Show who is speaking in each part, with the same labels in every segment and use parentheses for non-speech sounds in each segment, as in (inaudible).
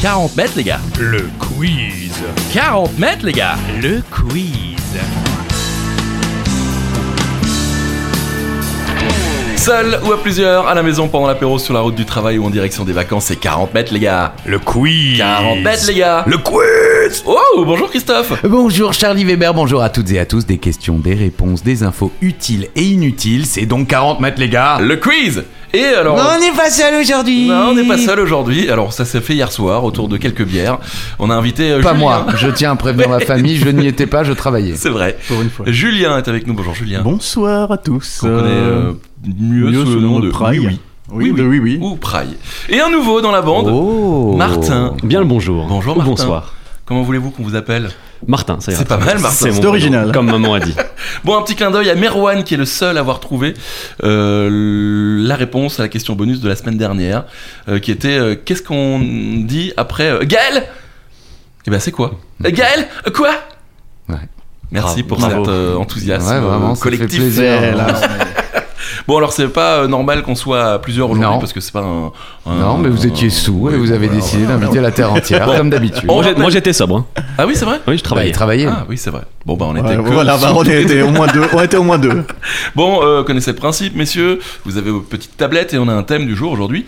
Speaker 1: 40 mètres, les gars.
Speaker 2: Le quiz.
Speaker 1: 40 mètres, les gars.
Speaker 2: Le quiz.
Speaker 1: Seul ou à plusieurs, à la maison pendant l'apéro, sur la route du travail ou en direction des vacances, c'est 40 mètres, les gars.
Speaker 2: Le quiz.
Speaker 1: 40 mètres, les gars.
Speaker 2: Le quiz.
Speaker 1: Oh, bonjour Christophe.
Speaker 3: Bonjour Charlie Weber, bonjour à toutes et à tous. Des questions, des réponses, des infos utiles et inutiles. C'est donc 40 mètres les gars.
Speaker 1: Le quiz. Et alors.
Speaker 3: on n'est pas seul aujourd'hui.
Speaker 1: Non, on n'est pas seul aujourd'hui. Alors, ça s'est fait hier soir autour de quelques bières. On a invité. euh,
Speaker 3: Pas
Speaker 1: Julien.
Speaker 3: moi, je tiens à prévenir ma famille, je n'y étais pas, je travaillais.
Speaker 1: (laughs) C'est vrai.
Speaker 3: Pour une fois.
Speaker 1: Julien est avec nous. Bonjour Julien.
Speaker 4: Bonsoir à tous.
Speaker 1: On Ah. connaît
Speaker 4: Euh,
Speaker 1: euh, mieux,
Speaker 4: mieux
Speaker 1: sous le nom de
Speaker 4: Praille.
Speaker 1: Oui, oui.
Speaker 4: Oui, oui, oui. oui.
Speaker 1: Ou Praille. Et un nouveau dans la bande.
Speaker 3: Oh.
Speaker 1: Martin.
Speaker 5: Bien le bonjour.
Speaker 1: Bonjour,
Speaker 5: Ou
Speaker 1: Martin.
Speaker 5: Bonsoir.
Speaker 1: Comment voulez-vous qu'on vous appelle
Speaker 5: Martin, ça ira.
Speaker 1: C'est pas mal, Martin.
Speaker 4: C'est
Speaker 5: mon prénom,
Speaker 4: original.
Speaker 5: Comme
Speaker 1: (laughs)
Speaker 5: maman a dit.
Speaker 1: Bon, un petit clin d'œil à Merwan qui est le seul à avoir trouvé euh, la réponse à la question bonus de la semaine dernière, euh, qui était euh, qu'est-ce qu'on dit après euh, Gaël Eh ben c'est quoi Euh, Gaël Euh, Quoi
Speaker 3: Ouais.
Speaker 1: Merci
Speaker 5: Bravo.
Speaker 1: pour
Speaker 5: Bravo.
Speaker 1: cet euh, enthousiasme
Speaker 3: Ouais, vraiment,
Speaker 1: euh,
Speaker 3: ça fait
Speaker 1: collectif.
Speaker 3: plaisir.
Speaker 4: Ouais, Eh, là,
Speaker 1: Bon alors c'est pas euh, normal qu'on soit à plusieurs aujourd'hui
Speaker 3: Non.
Speaker 1: parce que c'est pas un, un-
Speaker 3: Non, mais vous étiez
Speaker 1: un-
Speaker 3: sous et
Speaker 1: Oui,
Speaker 3: vous avez
Speaker 1: voilà,
Speaker 3: décidé
Speaker 1: voilà.
Speaker 3: d'inviter la terre entière, comme d'habitude.
Speaker 5: Moi, j'ai- Moi j'étais sobre. hein.
Speaker 1: Ah oui c'est vrai
Speaker 5: Oui, je
Speaker 3: Bah, il
Speaker 5: travaillais.
Speaker 3: travaillait.
Speaker 1: Ah oui c'est vrai. Bon bah on était
Speaker 4: ouais,
Speaker 1: que
Speaker 4: voilà, bah, on était au moins deux. On était au
Speaker 1: (laughs)
Speaker 4: moins deux.
Speaker 1: Bon, euh, connaissez le principe, messieurs. Vous avez vos petites tablettes et on a un thème du jour aujourd'hui.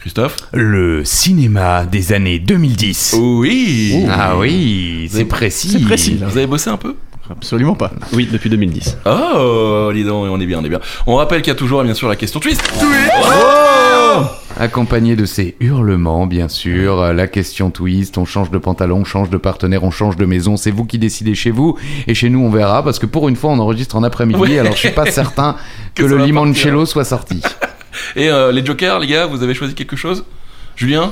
Speaker 1: Christophe
Speaker 3: Le cinéma des années 2010.
Speaker 1: Oui
Speaker 3: Ah oui, c'est précis.
Speaker 4: C'est précis, là.
Speaker 1: Vous avez bossé un peu
Speaker 4: Absolument pas.
Speaker 5: Oui, depuis 2010.
Speaker 1: Oh, dis donc, on est bien, on est bien. On rappelle qu'il y a toujours, bien sûr, la question twist.
Speaker 3: Accompagné de ces hurlements, bien sûr, euh, la question twist, on change de pantalon, on change de partenaire, on change de maison, c'est vous qui décidez chez vous, et chez nous on verra, parce que pour une fois on enregistre en après-midi,
Speaker 1: Ouais.
Speaker 3: alors
Speaker 1: (laughs)
Speaker 3: je suis pas certain
Speaker 1: Que
Speaker 3: que,
Speaker 1: ça
Speaker 3: le
Speaker 1: va
Speaker 3: limoncello
Speaker 1: (laughs)
Speaker 3: soit sorti.
Speaker 1: Et euh, les jokers, les gars, vous avez choisi quelque chose Julien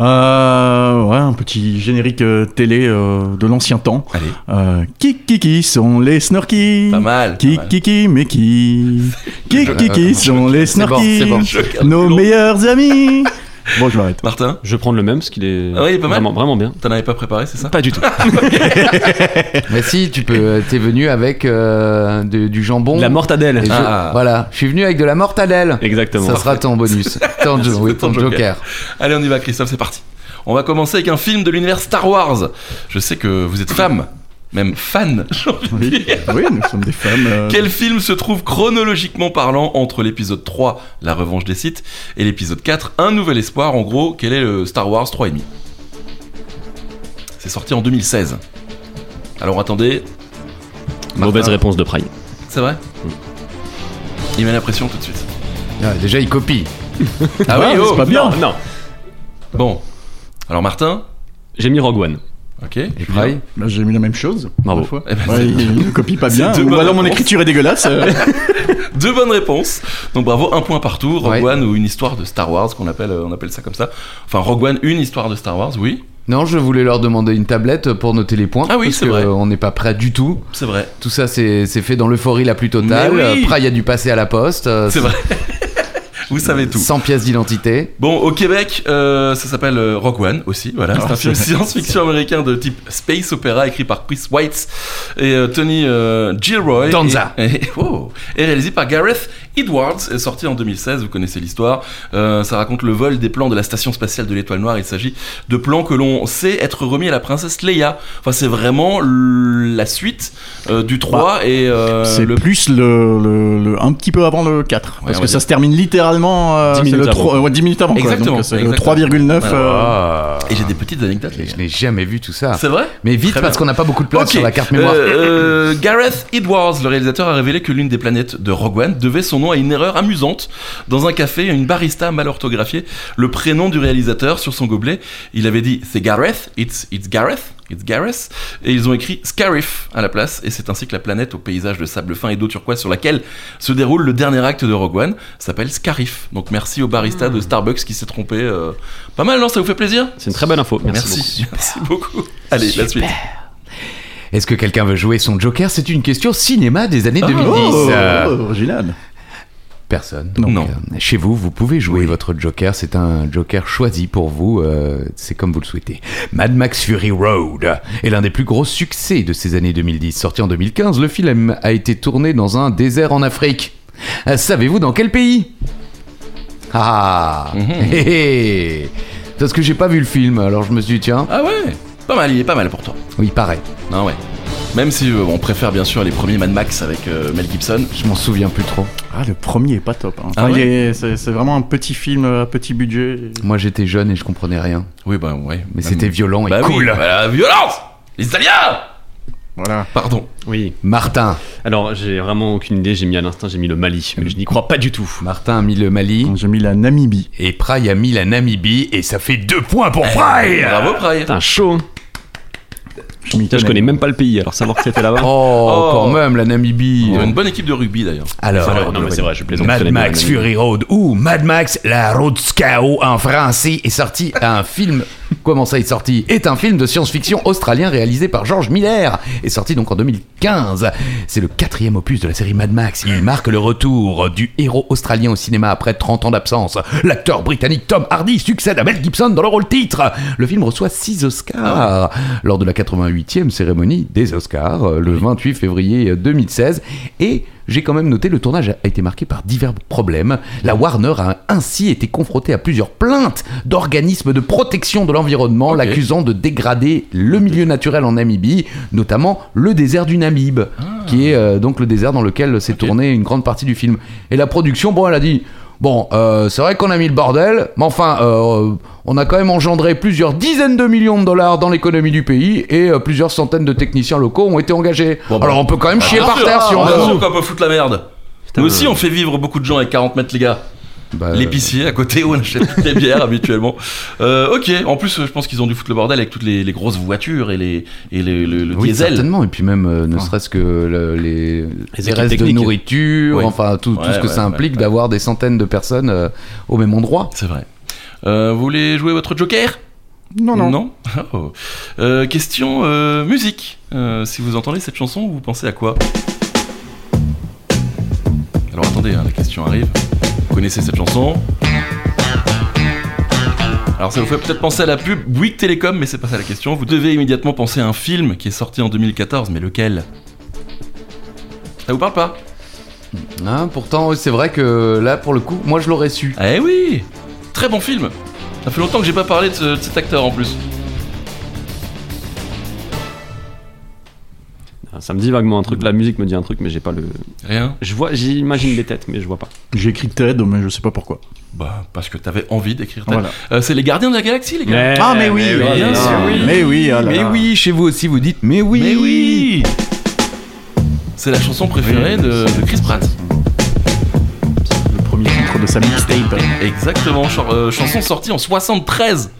Speaker 4: Euh, ouais, un petit générique euh, télé euh, de l'ancien temps.
Speaker 1: Allez.
Speaker 4: Euh, qui qui qui sont les snorkies
Speaker 1: Pas mal.
Speaker 4: Qui
Speaker 1: pas mal.
Speaker 4: qui qui
Speaker 1: (laughs)
Speaker 4: mais qui Qui qui qui sont les
Speaker 3: C'est bon,
Speaker 4: snorkies
Speaker 3: c'est bon.
Speaker 1: Joker,
Speaker 4: Nos
Speaker 1: c'est long.
Speaker 4: meilleurs amis. (laughs) Bon, je m'arrête.
Speaker 1: Martin,
Speaker 5: Je vais prendre le même parce qu'il est,
Speaker 1: Ah oui, il est pas mal.
Speaker 5: vraiment, vraiment bien.
Speaker 1: t'en avais pas préparé, c'est ça
Speaker 5: Pas du tout.
Speaker 3: Mais si, tu peux, euh, t'es venu avec euh, de- du jambon.
Speaker 5: La mortadelle.
Speaker 3: Et je-
Speaker 1: Ah.
Speaker 3: Voilà, je suis venu avec de la mortadelle.
Speaker 5: Exactement.
Speaker 3: Ça sera
Speaker 1: (laughs)
Speaker 3: ton bonus, ton,
Speaker 1: Merci
Speaker 3: oui,
Speaker 1: pour ton
Speaker 3: ton
Speaker 1: joker.
Speaker 3: joker.
Speaker 1: Allez, on y va, Christophe, c'est parti. On va commencer avec un film de l'univers Star Wars. Je sais que vous êtes femme, même fan, j'ai envie de (laughs)
Speaker 4: Oui,
Speaker 1: dire.
Speaker 4: oui, nous sommes des femmes. euh,
Speaker 1: Quel film se trouve chronologiquement parlant entre l'épisode 3, La Revanche des Sith, et l'épisode 4, Un Nouvel Espoir En gros, quel est le Star Wars 3,5 C'est sorti en 2016. Alors attendez,
Speaker 5: Mauvaise réponse de Prime.
Speaker 1: c'est vrai Il met la pression tout de
Speaker 4: (laughs)
Speaker 1: suite.
Speaker 3: Ah, déjà il copie.
Speaker 1: Ah oui,
Speaker 4: mais
Speaker 1: oh
Speaker 4: c'est pas bien.
Speaker 5: Non, non.
Speaker 1: Bon. Alors Martin,
Speaker 5: j'ai mis Rogue One.
Speaker 1: ok. Et
Speaker 3: Pareil.
Speaker 4: Bah, J'ai mis la même chose.
Speaker 5: Bravo.
Speaker 4: ma foi.
Speaker 1: Eh ben,
Speaker 4: Ouais, il ne copie pas bien.
Speaker 1: C'est deux
Speaker 4: Ou
Speaker 1: bonnes
Speaker 4: alors mon
Speaker 1: réponses.
Speaker 4: écriture est dégueulasse. euh.
Speaker 1: Deux bonnes réponses. Donc bravo, un point partout. Rogue
Speaker 3: Ouais.
Speaker 1: One ou une histoire de Star Wars, qu'on appelle, euh, on appelle ça comme ça. Enfin, Rogue One, une histoire de Star Wars, oui.
Speaker 3: Non, je voulais leur demander une tablette pour noter les points.
Speaker 1: Ah oui,
Speaker 3: parce
Speaker 1: c'est
Speaker 3: que,
Speaker 1: vrai.
Speaker 3: euh, On n'est pas prêt du tout.
Speaker 1: C'est vrai.
Speaker 3: Tout ça, c'est c'est fait dans l'euphorie la plus totale.
Speaker 1: Mais oui.
Speaker 3: Euh, Praille a dû passer à la poste. euh,
Speaker 1: C'est
Speaker 4: (laughs)
Speaker 1: vrai. Vous savez tout.
Speaker 3: Sans pièce d'identité.
Speaker 1: Bon, au Québec, euh, ça s'appelle euh, Rogue One aussi, voilà. C'est un film science-fiction américain de type space opéra écrit par Chris Weitz et euh, Tony euh, Gilroy.
Speaker 3: Danza.
Speaker 1: (laughs) Et, et- wow. Et réalisé par Gareth Edwards, et sorti en 2016, vous connaissez l'histoire. Euh, ça raconte le vol des plans de la station spatiale de l'étoile noire. Il s'agit de plans que l'on sait être remis à la princesse Leia. Enfin, c'est vraiment l- la suite euh, du 3 et euh,
Speaker 4: (laughs) c'est
Speaker 1: le...
Speaker 4: plus le, le- le- un petit peu avant le 4.
Speaker 1: Ouais,
Speaker 4: parce
Speaker 1: on
Speaker 4: que
Speaker 1: va
Speaker 4: ça se termine littéralement euh,
Speaker 5: 10
Speaker 4: c'est
Speaker 5: minutes
Speaker 4: le
Speaker 5: avant.
Speaker 4: 3, ouais, 10 minutes avant. quoi.
Speaker 1: Exactement,
Speaker 4: Donc, C'est le
Speaker 1: exactement.
Speaker 4: 3,9.
Speaker 1: Voilà.
Speaker 4: euh,
Speaker 1: Et j'ai des petites anecdotes, les
Speaker 3: Je
Speaker 1: gars.
Speaker 3: n'ai jamais vu tout ça.
Speaker 1: C'est vrai
Speaker 3: Mais vite,
Speaker 1: Très
Speaker 3: parce
Speaker 1: bien.
Speaker 3: qu'on n'a pas beaucoup de place
Speaker 1: Ok.
Speaker 3: sur la carte mémoire.
Speaker 1: Euh, euh, Gareth Edwards, le réalisateur, a révélé que l'une des planètes de Rogue One devait son nom à une erreur amusante. Dans un café, une barista a mal orthographié le prénom du réalisateur sur son gobelet. Il avait dit c'est Gareth, it's, it's Gareth, it's Gareth. Et ils ont écrit Scarif à la place. Et c'est ainsi que la planète au paysage de sable fin et d'eau turquoise sur laquelle se déroule le dernier acte de Rogue One s'appelle Scarif. Donc merci au barista de Starbucks qui s'est trompé. euh, Pas mal, non Ça vous fait plaisir
Speaker 5: C'est une très belle info. Merci. beaucoup.
Speaker 1: Merci, merci beaucoup. Allez, la suite.
Speaker 3: Est-ce que quelqu'un veut jouer son Joker C'est une question cinéma des
Speaker 1: Ah.
Speaker 3: années 2010.
Speaker 4: oh,
Speaker 3: Euh,
Speaker 4: oh, original.
Speaker 3: Personne.
Speaker 1: Non.
Speaker 3: Donc,
Speaker 1: Non.
Speaker 3: euh, chez vous, vous pouvez jouer votre Joker. C'est un Joker choisi pour vous. euh, c'est comme vous le souhaitez. Mad Max Fury Road est l'un des plus gros succès de ces années 2010. Sorti en 2015, le film a été tourné dans un désert en Afrique.
Speaker 1: Mhm.
Speaker 3: Euh, Savez-vous dans quel pays Ah hé, hé. Parce que j'ai pas vu le film, alors je me suis dit, tiens,
Speaker 1: Ah ouais Pas mal, il est pas mal pour toi.
Speaker 3: oui, pareil.
Speaker 1: Non, ouais. Même si euh, on préfère bien sûr les premiers Mad Max avec euh, Mel Gibson.
Speaker 3: Je m'en souviens plus trop.
Speaker 4: Ah, le premier est pas top. hein.
Speaker 1: Ah
Speaker 4: Enfin, il
Speaker 1: ouais
Speaker 4: est- C'est c'est vraiment un petit film à petit budget.
Speaker 3: Moi, j'étais jeune et je comprenais rien.
Speaker 1: Oui, bah ouais.
Speaker 3: Mais c'était violent et
Speaker 1: Bah oui,
Speaker 3: cool.
Speaker 1: voilà, violence Les Italiens
Speaker 4: Voilà.
Speaker 1: Pardon.
Speaker 5: Oui.
Speaker 3: Martin.
Speaker 5: Alors, j'ai vraiment aucune idée. J'ai mis à l'instinct, j'ai mis le Mali. Mais je n'y crois pas du tout.
Speaker 3: Martin a mis le Mali
Speaker 4: Donc, J'ai mis la Namibie.
Speaker 3: et Pry a mis la Namibie et ça fait deux points pour Pry.
Speaker 1: Eh, Bravo, Pride.
Speaker 5: Putain, chaud.
Speaker 4: Je m'y
Speaker 5: hein. Putain, je
Speaker 4: connais.
Speaker 5: connais même pas le pays, alors savoir que c'était là-bas.
Speaker 3: Oh,
Speaker 1: (laughs) Oh.
Speaker 3: quand même, la Namibie.
Speaker 1: Ils ont une bonne équipe de rugby d'ailleurs.
Speaker 3: Alors,
Speaker 5: C'est vrai, non, mais c'est vrai, je plaisante, je
Speaker 3: Mad
Speaker 5: connais bien
Speaker 3: Max
Speaker 5: la Namibie.
Speaker 3: Fury Road ou Mad Max La Road du Chaos en français est
Speaker 5: (laughs)
Speaker 3: sorti un film. Comment ça est sorti Est un film de science-fiction australien réalisé par George Miller et sorti donc en 2015. C'est le quatrième opus de la série Mad Max. Il marque le retour du héros australien au cinéma après 30 ans d'absence. L'acteur britannique Tom Hardy succède à Mel Gibson dans le rôle titre. Le film reçoit 6 Oscars lors de la 88e cérémonie des Oscars euh, le 28 février 2016 et j'ai quand même noté, le tournage a été marqué par divers problèmes. La Warner a ainsi été confrontée à plusieurs plaintes d'organismes de protection de l'environnement l'accusant de dégrader le milieu naturel en Namibie, notamment le désert du Namib,
Speaker 1: Ah.
Speaker 3: qui est euh, donc le désert dans lequel s'est tournée une grande partie du film. Et la production, bon, elle a dit... Bon, euh, c'est vrai qu'on a mis le bordel, mais enfin, euh, on a quand même engendré plusieurs dizaines de millions de dollars dans l'économie du pays et euh, plusieurs centaines de techniciens locaux ont été engagés.
Speaker 1: Bon, bah.
Speaker 3: Alors on peut quand même chier
Speaker 1: Bien
Speaker 3: par
Speaker 1: sûr, Ah,
Speaker 3: terre si on
Speaker 1: bien
Speaker 3: veut.
Speaker 1: sûr qu'on peut foutre la merde. Nous aussi, on fait vivre beaucoup de gens avec 40 mètres, les gars.
Speaker 3: Bah,
Speaker 1: Euh. L'épicier à côté où on achète toutes les bières (laughs) habituellement. Euh, ok, en plus, je pense qu'ils ont dû foutre le bordel avec toutes les, les grosses voitures et, les, et les- le, le
Speaker 3: Oui,
Speaker 1: diesel.
Speaker 3: certainement. Et puis même, euh, ne serait-ce que le- les, les
Speaker 5: équipes
Speaker 3: restes de
Speaker 5: techniques.
Speaker 3: nourriture,
Speaker 1: Oui.
Speaker 3: enfin tout, tout
Speaker 1: Ouais,
Speaker 3: ce que
Speaker 1: ouais,
Speaker 3: ça
Speaker 1: ouais,
Speaker 3: implique
Speaker 1: ouais.
Speaker 3: d'avoir des centaines de personnes euh, au même endroit.
Speaker 1: C'est vrai. Euh, vous voulez jouer votre Joker
Speaker 4: Non, non.
Speaker 1: Non (laughs) Oh. Euh, Question euh, musique. Euh, si vous entendez cette chanson, vous pensez à quoi Alors attendez, hein, la question arrive. Vous connaissez cette chanson alors ça vous fait peut-être penser à la pub Bouygues Télécom, mais c'est pas ça la question. Vous devez immédiatement penser à un film qui est sorti en 2014, mais lequel Ça vous parle pas
Speaker 3: Hein, pourtant, c'est vrai que là, pour le coup, moi je l'aurais su.
Speaker 1: Eh oui Très bon film Ça fait longtemps que j'ai pas parlé de, ce- de cet acteur en plus.
Speaker 5: Ah, Ça me dit vaguement un truc. La musique me dit un truc, mais j'ai pas le.
Speaker 1: Rien
Speaker 5: Je vois, j'imagine les têtes, mais je vois pas.
Speaker 4: J'ai écrit Ted, mais je sais pas pourquoi.
Speaker 1: Bah parce que t'avais envie d'écrire ta
Speaker 4: Voilà.
Speaker 1: Euh, c'est les gardiens de la galaxie, les gars.
Speaker 4: Ah, mais oui,
Speaker 1: Eh, oui,
Speaker 4: oh là
Speaker 1: bien
Speaker 4: là.
Speaker 1: sûr, oui.
Speaker 4: Mais oui, oh là
Speaker 3: mais
Speaker 4: là.
Speaker 3: oui, chez vous aussi, vous dites, mais oui.
Speaker 1: Mais oui C'est la chanson préférée de, de Chris Pratt.
Speaker 4: Le premier titre de sa mixtape.
Speaker 1: Exactement, chan- euh, chanson sortie en 73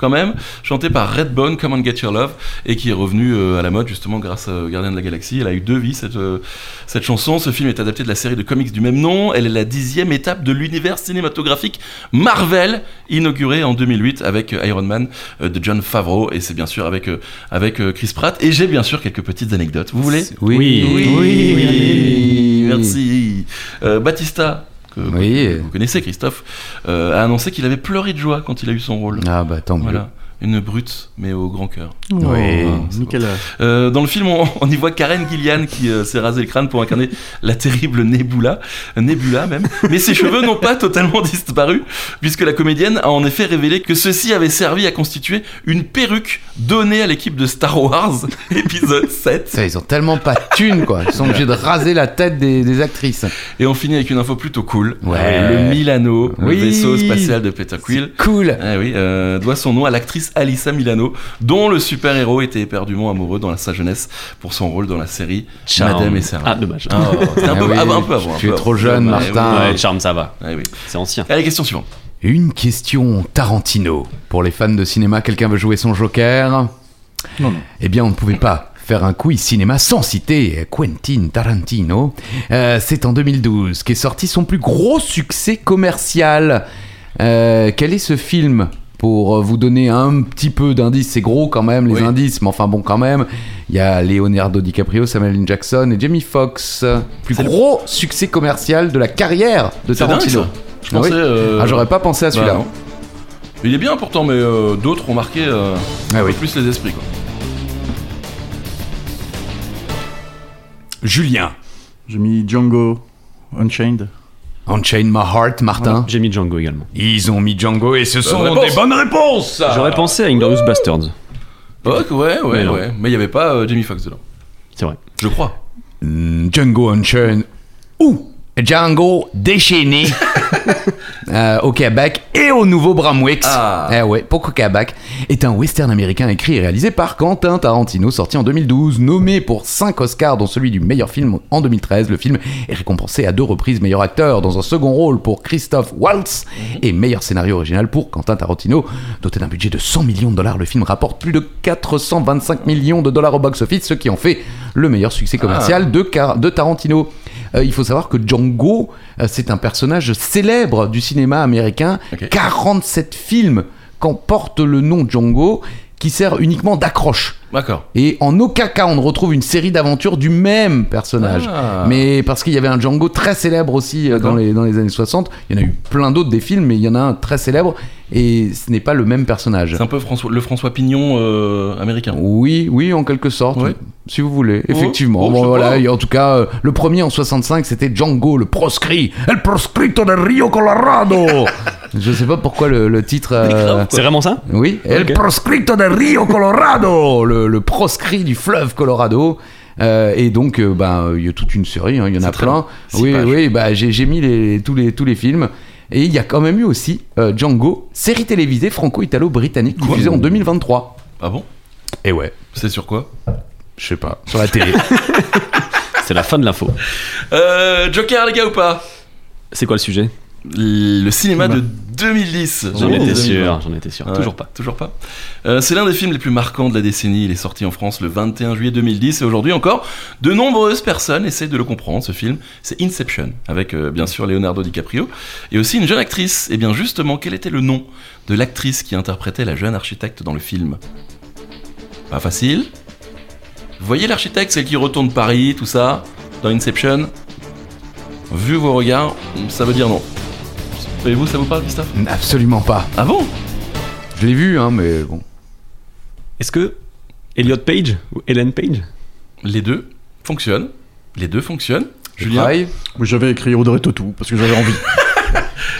Speaker 1: quand même, chantée par Redbone, Come and Get Your Love, et qui est revenue euh, à la mode justement grâce à Gardien de la Galaxie. Elle a eu deux vies, cette, euh, cette chanson. Ce film est adapté de la série de comics du même nom. Elle est la dixième étape de l'univers cinématographique Marvel, inauguré en 2008 avec euh, Iron Man euh, de John Favreau, et c'est bien sûr avec, euh, avec euh, Chris Pratt. Et j'ai bien sûr quelques petites anecdotes. Vous voulez
Speaker 3: Oui.
Speaker 5: Oui.
Speaker 1: oui, oui, merci. Euh, Batista, que que
Speaker 3: Oui.
Speaker 1: vous connaissez Christophe, euh, a annoncé qu'il avait pleuré de joie quand il a eu son rôle.
Speaker 3: Ah bah tant mieux.
Speaker 1: Voilà. Une brute, mais au grand cœur.
Speaker 3: Oui.
Speaker 4: Nickel.
Speaker 1: Euh, dans le film, on, on y voit Karen Gillian qui euh, s'est rasé le crâne pour incarner la terrible Nebula, Nebula même. Mais ses cheveux n'ont pas totalement disparu, puisque la comédienne a en effet révélé que ceci avait servi à constituer une perruque donnée à l'équipe de Star Wars, (laughs) épisode 7.
Speaker 3: Ça, ils ont tellement pas de thunes, quoi. Ils sont obligés de raser la tête des, des actrices.
Speaker 1: Et on finit avec une info plutôt cool. Ah
Speaker 3: Ouais.
Speaker 1: Le Milano,
Speaker 3: Oui.
Speaker 1: le vaisseau spatial de Peter Quill.
Speaker 3: Cool.
Speaker 1: Ah oui, euh, doit son nom à l'actrice Alyssa Milano, dont le super-héros était éperdument amoureux dans sa jeunesse pour son rôle dans la série
Speaker 5: Charm.
Speaker 1: Madame et Sarah.
Speaker 5: Ah, dommage.
Speaker 1: Ah, (laughs) c'était un,
Speaker 3: Ah
Speaker 1: peu,
Speaker 3: oui,
Speaker 1: ah, bah, un peu avant.
Speaker 3: tu
Speaker 1: un peu
Speaker 3: es trop
Speaker 1: avant.
Speaker 3: jeune,
Speaker 1: Ouais,
Speaker 3: Martin.
Speaker 1: ouais,
Speaker 5: Ouais, Charme, ça va.
Speaker 1: ouais, ouais, oui.
Speaker 5: C'est ancien.
Speaker 1: Allez, question suivante.
Speaker 3: Une question Tarantino. Pour les fans de cinéma, quelqu'un veut jouer son Joker
Speaker 4: Non, non.
Speaker 3: Eh bien, on ne pouvait pas faire un quiz cinéma sans citer Quentin Tarantino. Euh, C'est en 2012 qu'est sorti son plus gros succès commercial. Euh, quel est ce film pour vous donner un petit peu d'indices, c'est gros quand même les
Speaker 1: Oui.
Speaker 3: indices, mais enfin bon quand même, il y a Leonardo DiCaprio, Samuel L. Jackson et Jamie Foxx. Plus
Speaker 1: C'est le-
Speaker 3: gros succès commercial de la carrière de
Speaker 1: C'est dingue,
Speaker 3: Tarantino.
Speaker 1: ça. Je
Speaker 3: Ah oui.
Speaker 1: pensais. euh,
Speaker 3: Ah, j'aurais pas pensé à
Speaker 1: bah,
Speaker 3: celui-là.
Speaker 1: non. Il est bien pourtant, mais euh, d'autres ont marqué euh,
Speaker 3: ah
Speaker 1: un peu
Speaker 3: oui.
Speaker 1: plus les esprits. Quoi.
Speaker 3: Julien.
Speaker 4: J'ai mis Django Unchained.
Speaker 3: Unchain My Heart, Martin.
Speaker 5: J'ai mis Django également.
Speaker 3: Ils ont mis Django et ce sont
Speaker 1: réponse.
Speaker 3: des bonnes réponses
Speaker 1: Ah.
Speaker 5: J'aurais pensé à Inglourious Bastards.
Speaker 1: Ok, ouais, ouais,
Speaker 5: Mais non.
Speaker 1: ouais. Mais il n'y avait pas euh, Jamie Foxx dedans.
Speaker 5: C'est vrai.
Speaker 1: Je crois.
Speaker 3: Mm, Django Unchained ou Django déchaîné Euh, au Québec et au Nouveau-Brunswick.
Speaker 1: Ah.
Speaker 3: Eh ouais, pour Québec est un western américain écrit et réalisé par Quentin Tarantino, sorti en 2012, nommé pour 5 Oscars, dont celui du meilleur film en 2013. Le film est récompensé à deux reprises meilleur acteur dans un second rôle pour Christophe Waltz et meilleur scénario original pour Quentin Tarantino. Doté d'un budget de 100 millions de dollars, le film rapporte plus de 425 millions de dollars au box-office, ce qui en fait le meilleur succès commercial de, Car- de Tarantino. Euh, il faut savoir que Django, euh, c'est un personnage célèbre du cinéma américain.
Speaker 1: Ok.
Speaker 3: 47 films qu'emporte le nom Django, qui sert uniquement d'accroche.
Speaker 1: D'accord.
Speaker 3: Et en aucun cas on ne retrouve une série d'aventures du même personnage.
Speaker 1: Ah.
Speaker 3: Mais parce qu'il y avait un Django très célèbre aussi euh, dans
Speaker 1: D'accord.
Speaker 3: les, dans les années 60. Il y en a eu plein d'autres des films, mais il y en a un très célèbre et ce n'est pas le même personnage.
Speaker 1: C'est un peu François, le François Pignon euh, américain.
Speaker 3: Oui, oui, en quelque sorte,
Speaker 1: Ouais.
Speaker 3: si vous voulez. Effectivement.
Speaker 1: oh, je
Speaker 3: Bon,
Speaker 1: sais
Speaker 3: voilà.
Speaker 1: pas.
Speaker 3: Et en tout cas, euh, le premier en 65, c'était Django, le proscrit, el proscrito de Rio Colorado.
Speaker 1: (laughs)
Speaker 3: Je sais pas pourquoi le, le titre. euh,
Speaker 5: C'est vraiment ça
Speaker 3: oui, el
Speaker 5: Ok.
Speaker 3: proscrito de Rio Colorado, le, le proscrit du fleuve Colorado. Euh, et donc, euh, ben, il y a toute une série, hein, il y en a
Speaker 1: C'est très
Speaker 3: plein.
Speaker 1: long. Six
Speaker 3: Oui,
Speaker 1: pages.
Speaker 3: oui, bah, j'ai j'ai mis les, tous, les, tous les films. Et il y a quand même eu aussi euh, Django, série télévisée franco-italo-britannique,
Speaker 1: Quoi
Speaker 3: diffusée en 2023.
Speaker 1: Ah bon
Speaker 3: Et ouais,
Speaker 1: C'est sur quoi
Speaker 3: je sais pas, sur la (laughs) télé.
Speaker 5: C'est la fin de l'info.
Speaker 1: euh, Joker, les gars, ou pas
Speaker 5: C'est quoi le sujet
Speaker 1: Le cinéma Oh. de 2010.
Speaker 5: J'en
Speaker 1: Jamais
Speaker 5: étais
Speaker 1: 2020.
Speaker 5: sûr, j'en étais sûr.
Speaker 1: Ouais,
Speaker 5: Toujours pas.
Speaker 1: Toujours pas. Euh, c'est l'un des films les plus marquants de la décennie. Il est sorti en France le 21 juillet 2010 et aujourd'hui encore, de nombreuses personnes essaient de le comprendre. Ce film, c'est Inception avec euh, bien sûr Leonardo DiCaprio et aussi une jeune actrice. Et bien justement, quel était le nom de l'actrice qui interprétait la jeune architecte dans le film Pas facile. Vous voyez l'architecte, celle qui retourne Paris, tout ça, dans Inception. Vu vos regards, ça veut dire non. Et vous, ça vous parle, Christophe
Speaker 3: Absolument pas.
Speaker 1: Ah bon
Speaker 3: Je l'ai vu, hein, mais bon.
Speaker 5: Est-ce que Elliot Page ou Helen Page
Speaker 1: Les deux fonctionnent. Les deux fonctionnent. Julien
Speaker 3: Pareil.
Speaker 4: Oui, J'avais écrit Audrey Tautou parce que j'avais envie.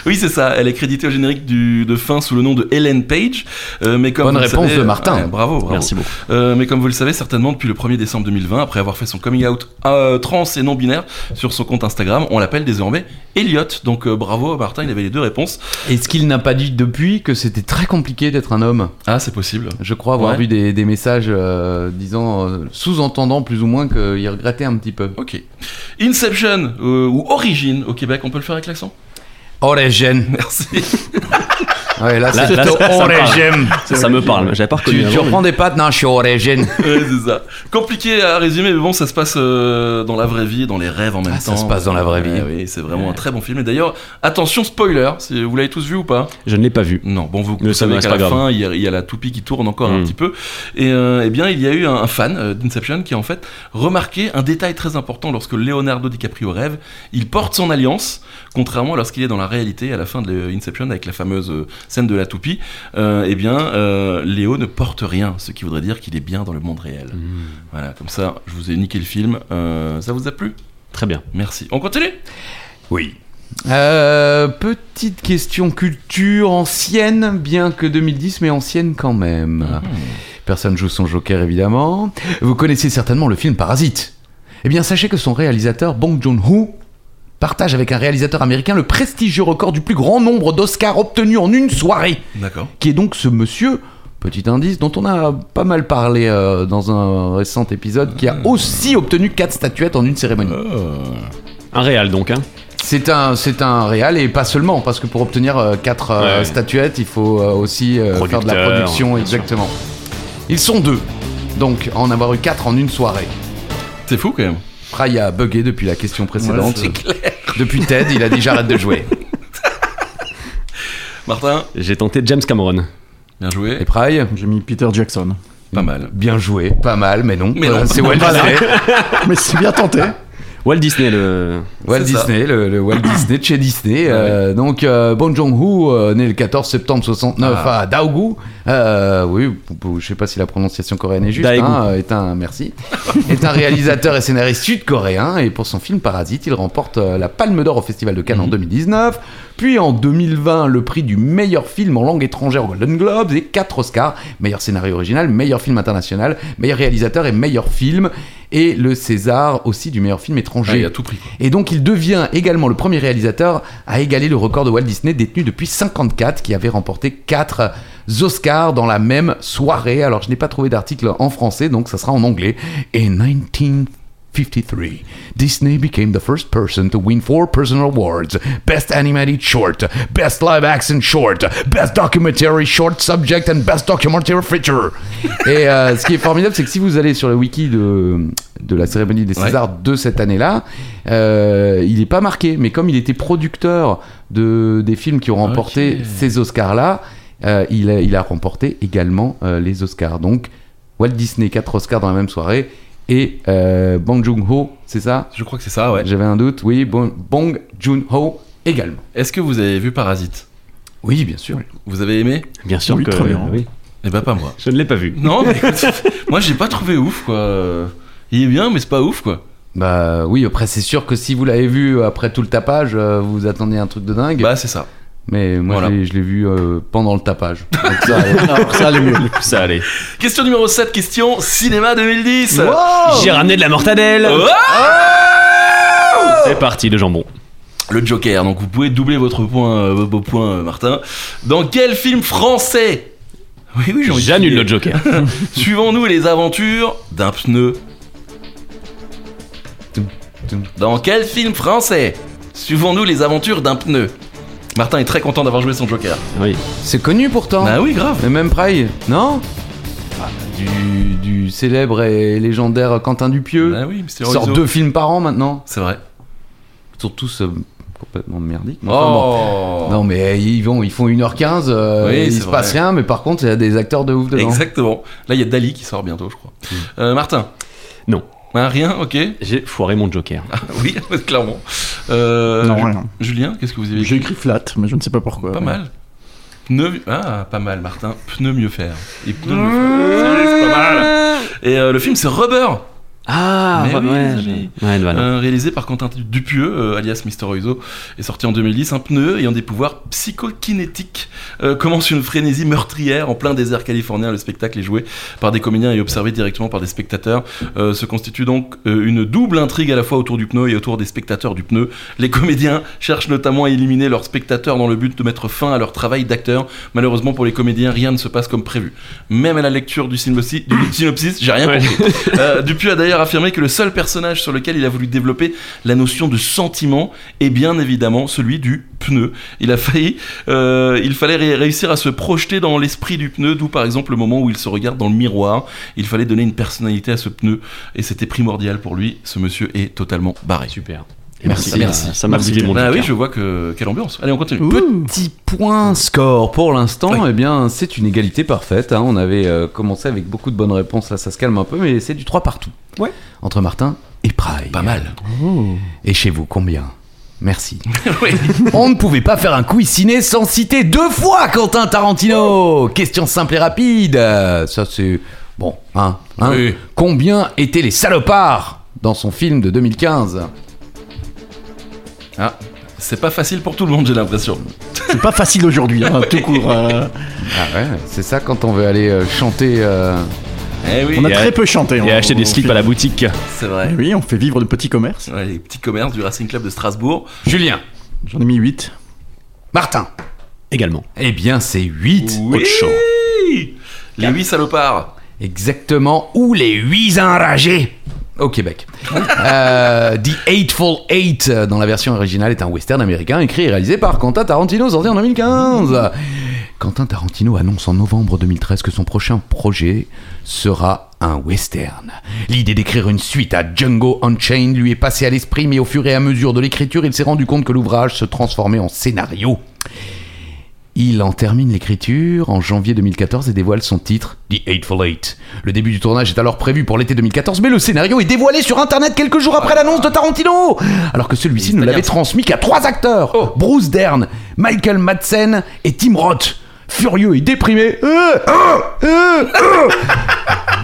Speaker 1: Oui, c'est ça. Elle est créditée au générique du- de fin sous le nom de Helen Page. Euh, mais comme
Speaker 3: Bonne
Speaker 1: vous le
Speaker 3: réponse
Speaker 1: savez-
Speaker 3: de Martin.
Speaker 1: Ouais, bravo, bravo.
Speaker 5: Merci beaucoup.
Speaker 1: Euh, mais comme vous le savez certainement, depuis le 1er décembre 2020, après avoir fait son coming out euh, trans et non binaire sur son compte Instagram, on l'appelle désormais Elliot. Donc euh, bravo à Martin, il avait les deux réponses.
Speaker 3: Est-ce qu'il n'a pas dit depuis que c'était très compliqué d'être un homme
Speaker 1: Ah, c'est possible.
Speaker 3: Je crois avoir
Speaker 1: Ouais.
Speaker 3: vu des, des messages euh, disant, euh, sous-entendant plus ou moins qu'il regrettait un petit peu.
Speaker 1: Ok. Inception euh, ou Origine au Québec, on peut le faire avec l'accent
Speaker 3: Oh les jeunes
Speaker 1: Merci.
Speaker 3: Ouais, là,
Speaker 5: Là-
Speaker 3: c'est hein,
Speaker 5: là,
Speaker 3: plutôt
Speaker 5: ça- ça
Speaker 3: oh
Speaker 5: me
Speaker 3: les
Speaker 5: parle.
Speaker 3: jeunes
Speaker 5: Ça, ça me parle, j'avais pas
Speaker 3: Tu,
Speaker 5: reconnu.
Speaker 3: tu
Speaker 5: avant, mais-
Speaker 3: reprends des pattes Non, je suis oh les jeunes
Speaker 1: (laughs) Ouais, c'est ça. Compliqué à résumer, mais bon, ça se passe euh, dans la vraie vie, dans les rêves en même
Speaker 3: Ah, ça
Speaker 1: temps.
Speaker 3: se passe dans la vraie vie.
Speaker 1: Ouais, oui, c'est vraiment un très bon film. Et d'ailleurs, attention, spoiler, si vous l'avez tous vu ou pas
Speaker 5: Je ne l'ai pas vu.
Speaker 1: Non, bon, vous,
Speaker 5: Mais
Speaker 1: vous
Speaker 5: ça
Speaker 1: savez
Speaker 5: va,
Speaker 1: qu'à
Speaker 5: c'est
Speaker 1: la
Speaker 5: pas grave.
Speaker 1: fin, il y, a, il y a la toupie qui tourne encore un
Speaker 5: Mm.
Speaker 1: petit peu. Et euh, eh bien, il y a eu un, un fan euh, d'Inception qui a en fait remarqué un détail très important lorsque Leonardo DiCaprio rêve. Il porte son alliance, contrairement à lorsqu'il est dans la réalité à la fin de euh, Inception avec la fameuse euh, scène de la toupie. Euh, eh bien, euh, Léo ne porte rien, ce qui voudrait dire qu'il est bien dans le monde réel. Voilà, comme ça, je vous ai niqué le film. Euh, ça vous a plu
Speaker 5: Très bien.
Speaker 1: Merci. On continue
Speaker 3: Oui. Euh, petite question culture ancienne, bien que 2010, mais ancienne quand même. Personne joue son joker évidemment. Vous connaissez certainement le film Parasite. Eh bien, sachez que son réalisateur Bong Joon-ho partage avec un réalisateur américain le prestigieux record du plus grand nombre d'Oscars obtenus en une soirée
Speaker 1: D'accord.
Speaker 3: qui est donc ce monsieur, petit indice, dont on a pas mal parlé euh, dans un récent épisode, qui a aussi obtenu quatre statuettes en une cérémonie.
Speaker 1: Euh,
Speaker 5: Un réal donc, hein
Speaker 3: C'est un, c'est un réal et pas seulement, parce que pour obtenir euh, quatre euh,
Speaker 5: Ouais.
Speaker 3: statuettes, il faut euh, aussi euh, faire de la
Speaker 5: Producteur,
Speaker 3: production,
Speaker 5: bien sûr.
Speaker 3: exactement. Ils sont deux, donc à en avoir eu quatre en une soirée.
Speaker 1: C'est fou quand même.
Speaker 3: Ray a bugué depuis la question précédente.
Speaker 1: c'est
Speaker 3: Depuis Ted, il a dit j'arrête de jouer.
Speaker 1: Martin,
Speaker 5: J'ai tenté James Cameron.
Speaker 1: bien
Speaker 3: Et
Speaker 1: joué.
Speaker 3: Pry
Speaker 4: J'ai mis Peter Jackson.
Speaker 1: Pas mal.
Speaker 3: Bien joué, pas mal, mais non. Euh,
Speaker 1: Mais
Speaker 3: Voilà,
Speaker 1: non.
Speaker 3: c'est Walt Disney.
Speaker 4: Mais c'est bien tenté.
Speaker 5: Walt Disney, le.
Speaker 3: Walt
Speaker 1: C'est ça. Ah
Speaker 3: Disney, le,
Speaker 1: (coughs)
Speaker 3: le Walt Disney de chez Disney. euh, donc, euh, Bon Jong-hoo, euh, né le 14 septembre 69
Speaker 1: Ah.
Speaker 3: à Daegu. euh, oui, p- p- je sais pas si la prononciation coréenne est juste.
Speaker 5: Daegu.
Speaker 3: hein, euh, est
Speaker 1: (laughs)
Speaker 3: un, merci. est un réalisateur et scénariste sud-coréen. Et pour son film Parasite, il remporte euh, la Palme d'Or au Festival de
Speaker 1: Mhm.
Speaker 3: Cannes en 2019. Puis en 2020, le prix du meilleur film en langue étrangère aux Golden Globes et 4 Oscars. Meilleur scénario original, meilleur film international, meilleur réalisateur et meilleur film. Et le César aussi du meilleur film étranger.
Speaker 1: Ah, il a tout pris.
Speaker 3: Et donc il devient également le premier réalisateur à égaler le record de Walt Disney détenu depuis 54 qui avait remporté 4 Oscars dans la même soirée. Alors je n'ai pas trouvé d'article en français donc ça sera en anglais. Et 1953, Disney became the first person to win four personal awards: Best Animated Short, Best Live Action Short, Best Documentary Short Subject and Best Documentary Feature. Et euh, ce qui est formidable, c'est que si vous allez sur le wiki de, de la cérémonie des
Speaker 1: Ouais.
Speaker 3: Césars de cette année-là, euh, il n'est pas marqué. Mais comme il était producteur de, des films qui ont remporté
Speaker 1: Ok.
Speaker 3: ces Oscars-là, euh, il, a, il a remporté également euh, les Oscars. Donc Walt Disney, 4 Oscars dans la même soirée. Et euh, Bong Joon-ho, c'est ça
Speaker 1: Je crois que c'est ça, ouais.
Speaker 3: J'avais un doute. Oui, Bong, Bong Joon-ho également.
Speaker 1: Est-ce que vous avez vu Parasite
Speaker 3: Oui, bien sûr.
Speaker 1: Vous avez aimé
Speaker 5: Bien sûr
Speaker 4: Oui,
Speaker 5: que.
Speaker 4: très bien.
Speaker 5: oui.
Speaker 1: Eh ben pas moi.
Speaker 5: Je ne l'ai pas vu.
Speaker 1: Non, mais écoute, (laughs) moi j'ai pas trouvé ouf quoi. Il est bien, mais c'est pas ouf quoi.
Speaker 3: Bah oui, après c'est sûr que si vous l'avez vu après tout le tapage, euh, vous attendez un truc de dingue.
Speaker 1: Bah c'est ça.
Speaker 3: Mais moi,
Speaker 1: Voilà.
Speaker 3: je l'ai- je l'ai vu euh, pendant le tapage. (laughs) Donc ça, euh,
Speaker 1: Ah,
Speaker 5: Alors ça allait mieux. (laughs) Ça allait.
Speaker 1: Question numéro 7, question cinéma 2010.
Speaker 5: J'ai ramené de la mortadelle.
Speaker 1: Oh
Speaker 5: C'est parti, le jambon.
Speaker 1: le Joker, donc vous pouvez doubler votre point, euh, vos points, euh, Martin. Dans quel film français (laughs) Oui, oui, j'ai envie de
Speaker 5: J'annule
Speaker 1: crier.
Speaker 5: le Joker.
Speaker 1: Suivons-nous les aventures d'un pneu. Dans quel film français Suivons-nous les aventures d'un pneu. Martin est très content d'avoir joué son Joker.
Speaker 5: Oui.
Speaker 3: c'est connu
Speaker 4: Oh.
Speaker 3: pourtant.
Speaker 1: Bah oui, grave.
Speaker 3: Le même Pride, non Ah, du, du célèbre et légendaire Quentin
Speaker 5: Ah
Speaker 3: Dupieux.
Speaker 1: Bah oui, Mister
Speaker 3: Il sort
Speaker 1: Oiseau.
Speaker 3: deux films par an maintenant.
Speaker 1: C'est vrai.
Speaker 3: Ils sont tous euh, complètement merdiques. mais enfin bon.
Speaker 1: Oh
Speaker 3: Non mais euh, ils, vont, ils font 1h15, euh,
Speaker 1: Oui,
Speaker 3: il
Speaker 1: c'est
Speaker 3: se passe
Speaker 1: vrai.
Speaker 3: rien, mais par contre il y a des acteurs de
Speaker 4: hein.
Speaker 3: ouf dedans.
Speaker 1: Exactement. Là, il y a Dali qui sort bientôt, je crois.
Speaker 4: Mm.
Speaker 1: Euh, Martin
Speaker 5: Non.
Speaker 1: Hein, rien, ok. (laughs)
Speaker 5: J'ai foiré mon Joker.
Speaker 1: oui, clairement. Euh,
Speaker 4: Non,
Speaker 1: Ju-
Speaker 4: rien.
Speaker 1: Julien, qu'est-ce que vous avez
Speaker 4: J'ai écrit flat, mais je ne sais pas pourquoi.
Speaker 1: Pas
Speaker 4: Ouais.
Speaker 1: mal. Pneu... Ah, pas mal, Martin. Pneu mieux faire. Et pneu mieux
Speaker 3: Mmh.
Speaker 1: faire. Ouais, c'est pas mal. Et euh, le film, c'est Rubber,
Speaker 5: Ah,
Speaker 1: Mais
Speaker 5: ouais,
Speaker 1: oui,
Speaker 5: ouais,
Speaker 1: oui.
Speaker 5: je- ouais, voilà.
Speaker 1: euh, réalisé par Quentin Dupieux, euh, alias Mister Oizo, est sorti en 2010. Un pneu ayant des pouvoirs psychokinétiques euh, commence une frénésie meurtrière en plein désert californien. Le spectacle est joué par des comédiens et observé directement par des spectateurs. Euh, se constitue donc euh, une double intrigue à la fois autour du pneu et autour des spectateurs du pneu. Les comédiens cherchent notamment à éliminer leurs spectateurs dans le but de mettre fin à leur travail d'acteur. Malheureusement pour les comédiens, rien ne se passe comme prévu. Même à la lecture du synopsis, du synopsis j'ai rien
Speaker 5: Ouais.
Speaker 1: compris. Euh, Dupuis a d'ailleurs affirmé que le seul personnage sur lequel il a voulu développer la notion de sentiment est bien évidemment celui du pneu. Il a failli, euh, il fallait ré- réussir à se projeter dans l'esprit du pneu, d'où par exemple le moment où il se regarde dans le miroir. Il fallait donner une personnalité à ce pneu et c'était primordial pour lui. Ce monsieur est totalement barré.
Speaker 5: Super.
Speaker 3: Ah, Merci,
Speaker 5: Ça m'a-
Speaker 3: merci.
Speaker 5: Ça m'a
Speaker 4: Merci,
Speaker 5: brûlé mon
Speaker 1: Ah
Speaker 5: Joker.
Speaker 1: oui, je vois que quelle ambiance. Allez, on continue.
Speaker 3: Petit point score pour l'instant, eh bien c'est une égalité parfaite. hein. On avait euh, commencé avec beaucoup de bonnes réponses, là ça se calme un peu, mais c'est du 3 partout.
Speaker 4: Ouais.
Speaker 3: Entre Martin et Praille.
Speaker 1: Pas mal.
Speaker 3: Et chez vous, combien Merci.
Speaker 1: (laughs)
Speaker 3: (laughs)
Speaker 1: Oui.
Speaker 3: On ne pouvait pas faire un quiz ciné sans citer deux fois Quentin Tarantino. Question simple et rapide. Euh, Ça c'est bon. Hein, hein.
Speaker 1: Oui.
Speaker 3: Combien étaient les salopards dans son film de 2015
Speaker 1: Ah, c'est pas facile pour tout le monde, j'ai l'impression.
Speaker 4: C'est pas facile aujourd'hui, hein, tout court. euh,
Speaker 3: Ah ouais, c'est ça quand on veut aller euh, chanter. euh,
Speaker 1: Eh oui,
Speaker 4: on a
Speaker 5: Et
Speaker 4: très
Speaker 5: a-
Speaker 4: peu chanté.
Speaker 5: Et
Speaker 4: on-
Speaker 5: acheter des
Speaker 4: on
Speaker 5: slips
Speaker 4: fait-
Speaker 5: à la boutique.
Speaker 1: c'est vrai.
Speaker 4: Eh Oui, on fait vivre le petit commerce.
Speaker 1: Ouais, les petits commerces du Racing Club de Strasbourg.
Speaker 3: Julien,
Speaker 4: J'en ai mis 8.
Speaker 3: Martin.
Speaker 5: Également.
Speaker 3: Eh bien, c'est 8.
Speaker 1: Oui. Les huit salopards.
Speaker 5: (laughs)
Speaker 3: Exactement. Ou les 8 enragés au Québec. Euh, The Eightful Eight, euh, dans la version originale, est un western américain écrit et réalisé par Quentin Tarantino, sorti en 2015. Quentin Tarantino annonce en novembre 2013 que son prochain projet sera un western. L'idée d'écrire une suite à Django Unchained lui est passée à l'esprit, mais au fur et à mesure de l'écriture, il s'est rendu compte que l'ouvrage se transformait en scénario. Il en termine l'écriture en janvier 2014 et dévoile son titre, The Eightful Eight. Le début du tournage est alors prévu pour l'été 2014, mais le scénario est dévoilé sur Internet quelques jours après l'annonce de Tarantino, alors que celui-ci ne l'avait transmis qu'à trois acteurs Bruce Dern, Michael Madsen et Tim Roth. Furieux et déprimé, euh, euh, euh, euh.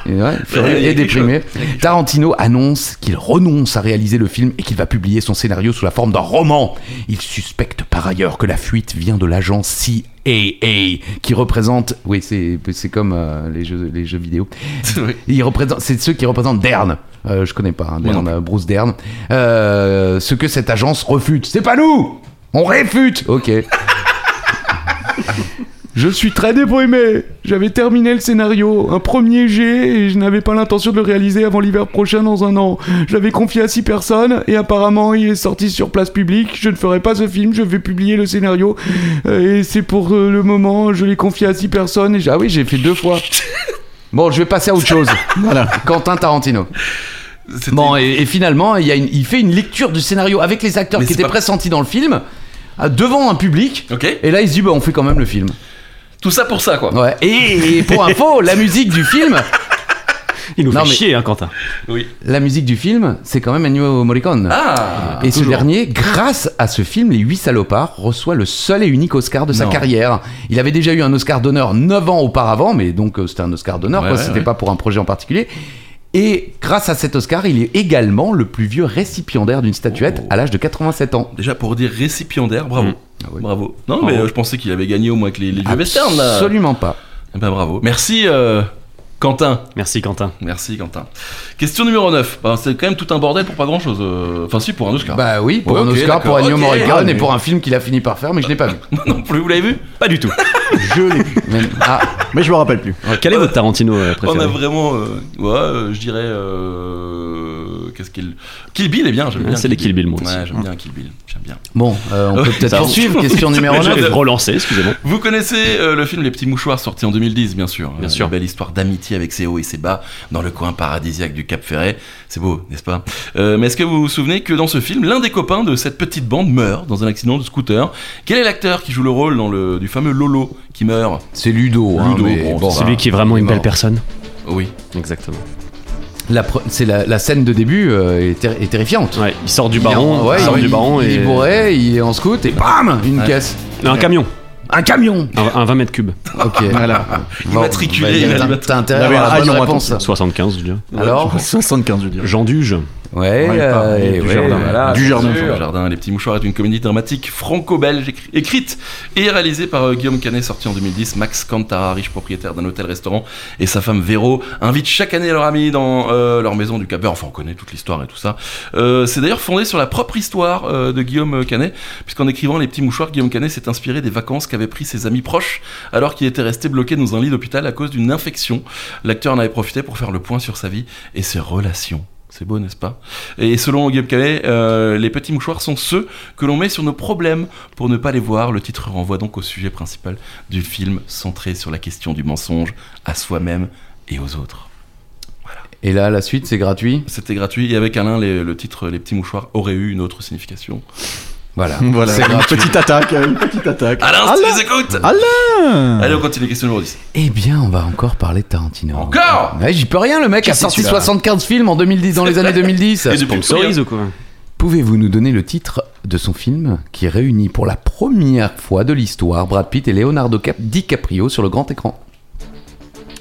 Speaker 3: Et ouais, furieux
Speaker 1: Ouais, il y a
Speaker 3: et
Speaker 1: quelque
Speaker 3: déprimé, Tarantino annonce qu'il renonce à réaliser le film et qu'il va publier son scénario sous la forme d'un roman. Il suspecte par ailleurs que la fuite vient de l'agence CIA qui représente. Oui, c'est c'est comme euh, les, jeux, les jeux vidéo.
Speaker 1: Oui.
Speaker 3: Il représente- C'est ceux qui représentent Dern. Euh, je connais pas, hein, Dern, euh, Bruce Dern. Euh, ce que cette agence refute. C'est pas nous On réfute Ok. (laughs) Je suis très déprimé. J'avais terminé le scénario, un premier jet, et je n'avais pas l'intention de le réaliser avant l'hiver prochain dans un an. J'avais confié à six personnes, et apparemment il est sorti sur place publique. Je ne ferai pas ce film, je vais publier le scénario. Euh, Et c'est pour euh, le moment, je l'ai confié à six personnes, et j'ai- ah oui, j'ai fait deux fois. Bon, je vais passer à
Speaker 1: (laughs)
Speaker 3: autre chose.
Speaker 4: Voilà.
Speaker 3: Quentin Tarantino.
Speaker 1: C'était-
Speaker 3: Bon, et, et finalement, il, y a une- il fait une lecture du scénario avec les acteurs
Speaker 1: Mais
Speaker 3: qui
Speaker 1: c'est
Speaker 3: étaient
Speaker 1: pas-
Speaker 3: pressentis dans le film, à- devant un public.
Speaker 1: Ok.
Speaker 3: Et là, il se dit, bah, on fait quand même le film.
Speaker 1: Tout ça pour ça, quoi.
Speaker 3: Ouais. Et, et pour info, la musique du film,
Speaker 5: Il nous
Speaker 3: Non,
Speaker 5: fait
Speaker 3: mais-
Speaker 5: chier, hein, Quentin.
Speaker 1: Oui.
Speaker 3: la musique du film, c'est quand même Ennio Morricone.
Speaker 1: Ah
Speaker 3: et ce dernier, grâce à ce film, Les Huit Salopards reçoit le seul et unique Oscar de sa
Speaker 1: Non.
Speaker 3: carrière. Il avait déjà eu un Oscar d'honneur 9 ans auparavant, mais donc euh, c'était un Oscar d'honneur,
Speaker 1: Ouais,
Speaker 3: quoi,
Speaker 1: ouais,
Speaker 3: c'était
Speaker 1: ouais.
Speaker 3: pas pour un projet en particulier. Et grâce à cet Oscar, il est également le plus vieux récipiendaire d'une statuette
Speaker 1: Oh.
Speaker 3: à l'âge de 87 ans.
Speaker 1: Déjà pour dire récipiendaire, bravo.
Speaker 5: Mm.
Speaker 3: Ah oui.
Speaker 1: Bravo. Non, mais
Speaker 5: Bravo.
Speaker 1: euh, je pensais qu'il avait gagné au moins avec les, les vieux westerns, là.
Speaker 3: Absolument pas.
Speaker 1: Eh ben, bravo. Merci, euh, Quentin.
Speaker 5: Merci, Quentin.
Speaker 1: Merci, Quentin. Question numéro 9. Bah, c'est quand même tout un bordel pour pas grand chose. Enfin, si, pour un Oscar.
Speaker 5: Ben,
Speaker 3: Bah oui, pour
Speaker 1: Ouais,
Speaker 3: un
Speaker 1: ok,
Speaker 3: Oscar,
Speaker 1: d'accord.
Speaker 3: pour Ennio
Speaker 1: Ok.
Speaker 3: Morricone
Speaker 1: Ah,
Speaker 3: et
Speaker 1: mais-
Speaker 3: pour un film qu'il a fini par faire, mais je l'ai
Speaker 1: (laughs)
Speaker 3: pas vu.
Speaker 1: non plus, vous l'avez vu
Speaker 5: Pas (laughs) du tout.
Speaker 3: Je l'ai vu. Mais- ah,
Speaker 4: Mais je me rappelle plus.
Speaker 5: Quel est votre Tarantino euh,
Speaker 1: On a
Speaker 5: préféré
Speaker 1: vraiment. euh, ouais, euh, je dirais. euh, Qu'est-ce qu'il. Kill Bill est bien, j'aime
Speaker 5: Ah,
Speaker 1: bien.
Speaker 5: c'est les Kill Bill, moi aussi. Mm.
Speaker 1: Ouais, j'aime bien Kill Bill. J'aime bien.
Speaker 3: bon, euh, on peut
Speaker 1: Ouais,
Speaker 3: peut-être
Speaker 1: ça- (laughs)
Speaker 3: poursuivre. Question numéro
Speaker 1: Je-
Speaker 3: 9.
Speaker 5: Je vais relancer, excusez-moi.
Speaker 1: Vous connaissez euh, le film Les Petits Mouchoirs sorti en 2010, bien sûr.
Speaker 5: Bien sûr.
Speaker 1: Une belle histoire d'amitié avec ses hauts et ses bas dans le coin paradisiaque du Cap Ferret. C'est beau, n'est-ce pas Euh, Mais est-ce que vous vous souvenez que dans ce film, l'un des copains de cette petite bande meurt dans un accident de scooter Quel est l'acteur qui joue le rôle dans le, du fameux Lolo qui meurt
Speaker 3: C'est Ludo. hein,
Speaker 1: Ludo,
Speaker 3: mais
Speaker 1: bon,
Speaker 3: bon,
Speaker 1: c'est
Speaker 3: bah,
Speaker 5: Celui qui est vraiment une
Speaker 3: mort.
Speaker 5: belle personne.
Speaker 1: Oui.
Speaker 5: Exactement.
Speaker 3: la pre- c'est la, la scène de début euh, est, ter- est terrifiante.
Speaker 5: Ouais, il sort du
Speaker 3: Il est en-
Speaker 5: baron,
Speaker 3: ouais,
Speaker 5: il sort
Speaker 3: il-
Speaker 5: du baron
Speaker 3: il
Speaker 5: et.
Speaker 3: est bourré, il est en scout et bam, une
Speaker 1: Ouais.
Speaker 3: caisse,
Speaker 5: Non, un camion,
Speaker 3: un camion.
Speaker 5: un, un 20 mètres cubes,
Speaker 3: Ok.
Speaker 5: Ah,
Speaker 1: Immatriculé,
Speaker 3: bah,
Speaker 1: il a
Speaker 3: t'as-
Speaker 1: le-
Speaker 3: T'as intérêt à
Speaker 4: Il avait
Speaker 3: avoir
Speaker 4: un
Speaker 3: la bonne
Speaker 4: rayon à
Speaker 3: réponse.
Speaker 5: 75, je dirais.
Speaker 3: Alors,
Speaker 4: 75, je veux dire.
Speaker 5: Jean Duge.
Speaker 3: ouais,
Speaker 4: Ouais,
Speaker 3: euh,
Speaker 4: pas-
Speaker 3: et
Speaker 4: du
Speaker 3: ouais,
Speaker 4: jardin.
Speaker 3: voilà,
Speaker 4: Du
Speaker 3: c'est
Speaker 4: jardin,
Speaker 3: sûr.
Speaker 1: Le Jardin, Les Petits Mouchoirs est une comédie dramatique franco-belge écri- écrite et réalisée par euh, Guillaume Canet, sortie en 2010. Max Cantara, riche propriétaire d'un hôtel-restaurant, et sa femme Véro invitent chaque année leur ami dans euh, leur maison du Cap-Vert. Enfin, on connaît toute l'histoire et tout ça. Euh, c'est d'ailleurs fondé sur la propre histoire euh, de Guillaume Canet, puisqu'en écrivant Les Petits Mouchoirs, Guillaume Canet s'est inspiré des vacances qu'avaient pris ses amis proches alors qu'il était resté bloqué dans un lit d'hôpital à cause d'une infection. L'acteur en avait profité pour faire le point sur sa vie et ses relations. C'est beau, n'est-ce pas Et selon Guillaume Canet, euh, les petits mouchoirs sont ceux que l'on met sur nos problèmes pour ne pas les voir. Le titre renvoie donc au sujet principal du film, centré sur la question du mensonge à soi-même et aux autres.
Speaker 3: Et là, la suite, c'est gratuit.
Speaker 1: C'était gratuit et avec Alain, les- le titre Les petits mouchoirs aurait eu une autre signification.
Speaker 5: (laughs)
Speaker 3: Voilà.
Speaker 4: Voilà,
Speaker 3: C'est
Speaker 4: une
Speaker 3: gratuit.
Speaker 4: petite attaque, une petite attaque.
Speaker 1: Alain, si tu nous écoutes
Speaker 4: Alain
Speaker 1: Allez, on continue, question numéro 10.
Speaker 3: Eh bien, on va encore parler de Tarantino.
Speaker 1: Encore
Speaker 3: Ouais, j'y peux rien, le mec a
Speaker 5: Qu'est-ce que
Speaker 3: sorti
Speaker 5: tu as
Speaker 3: 75 films en 2010, dans les années 2010.
Speaker 1: Et depuis
Speaker 5: Sponsorise ou quoi
Speaker 3: Pouvez-vous nous donner le titre de son film qui réunit pour la première fois de l'histoire Brad Pitt et Leonardo Cap- DiCaprio sur le grand écran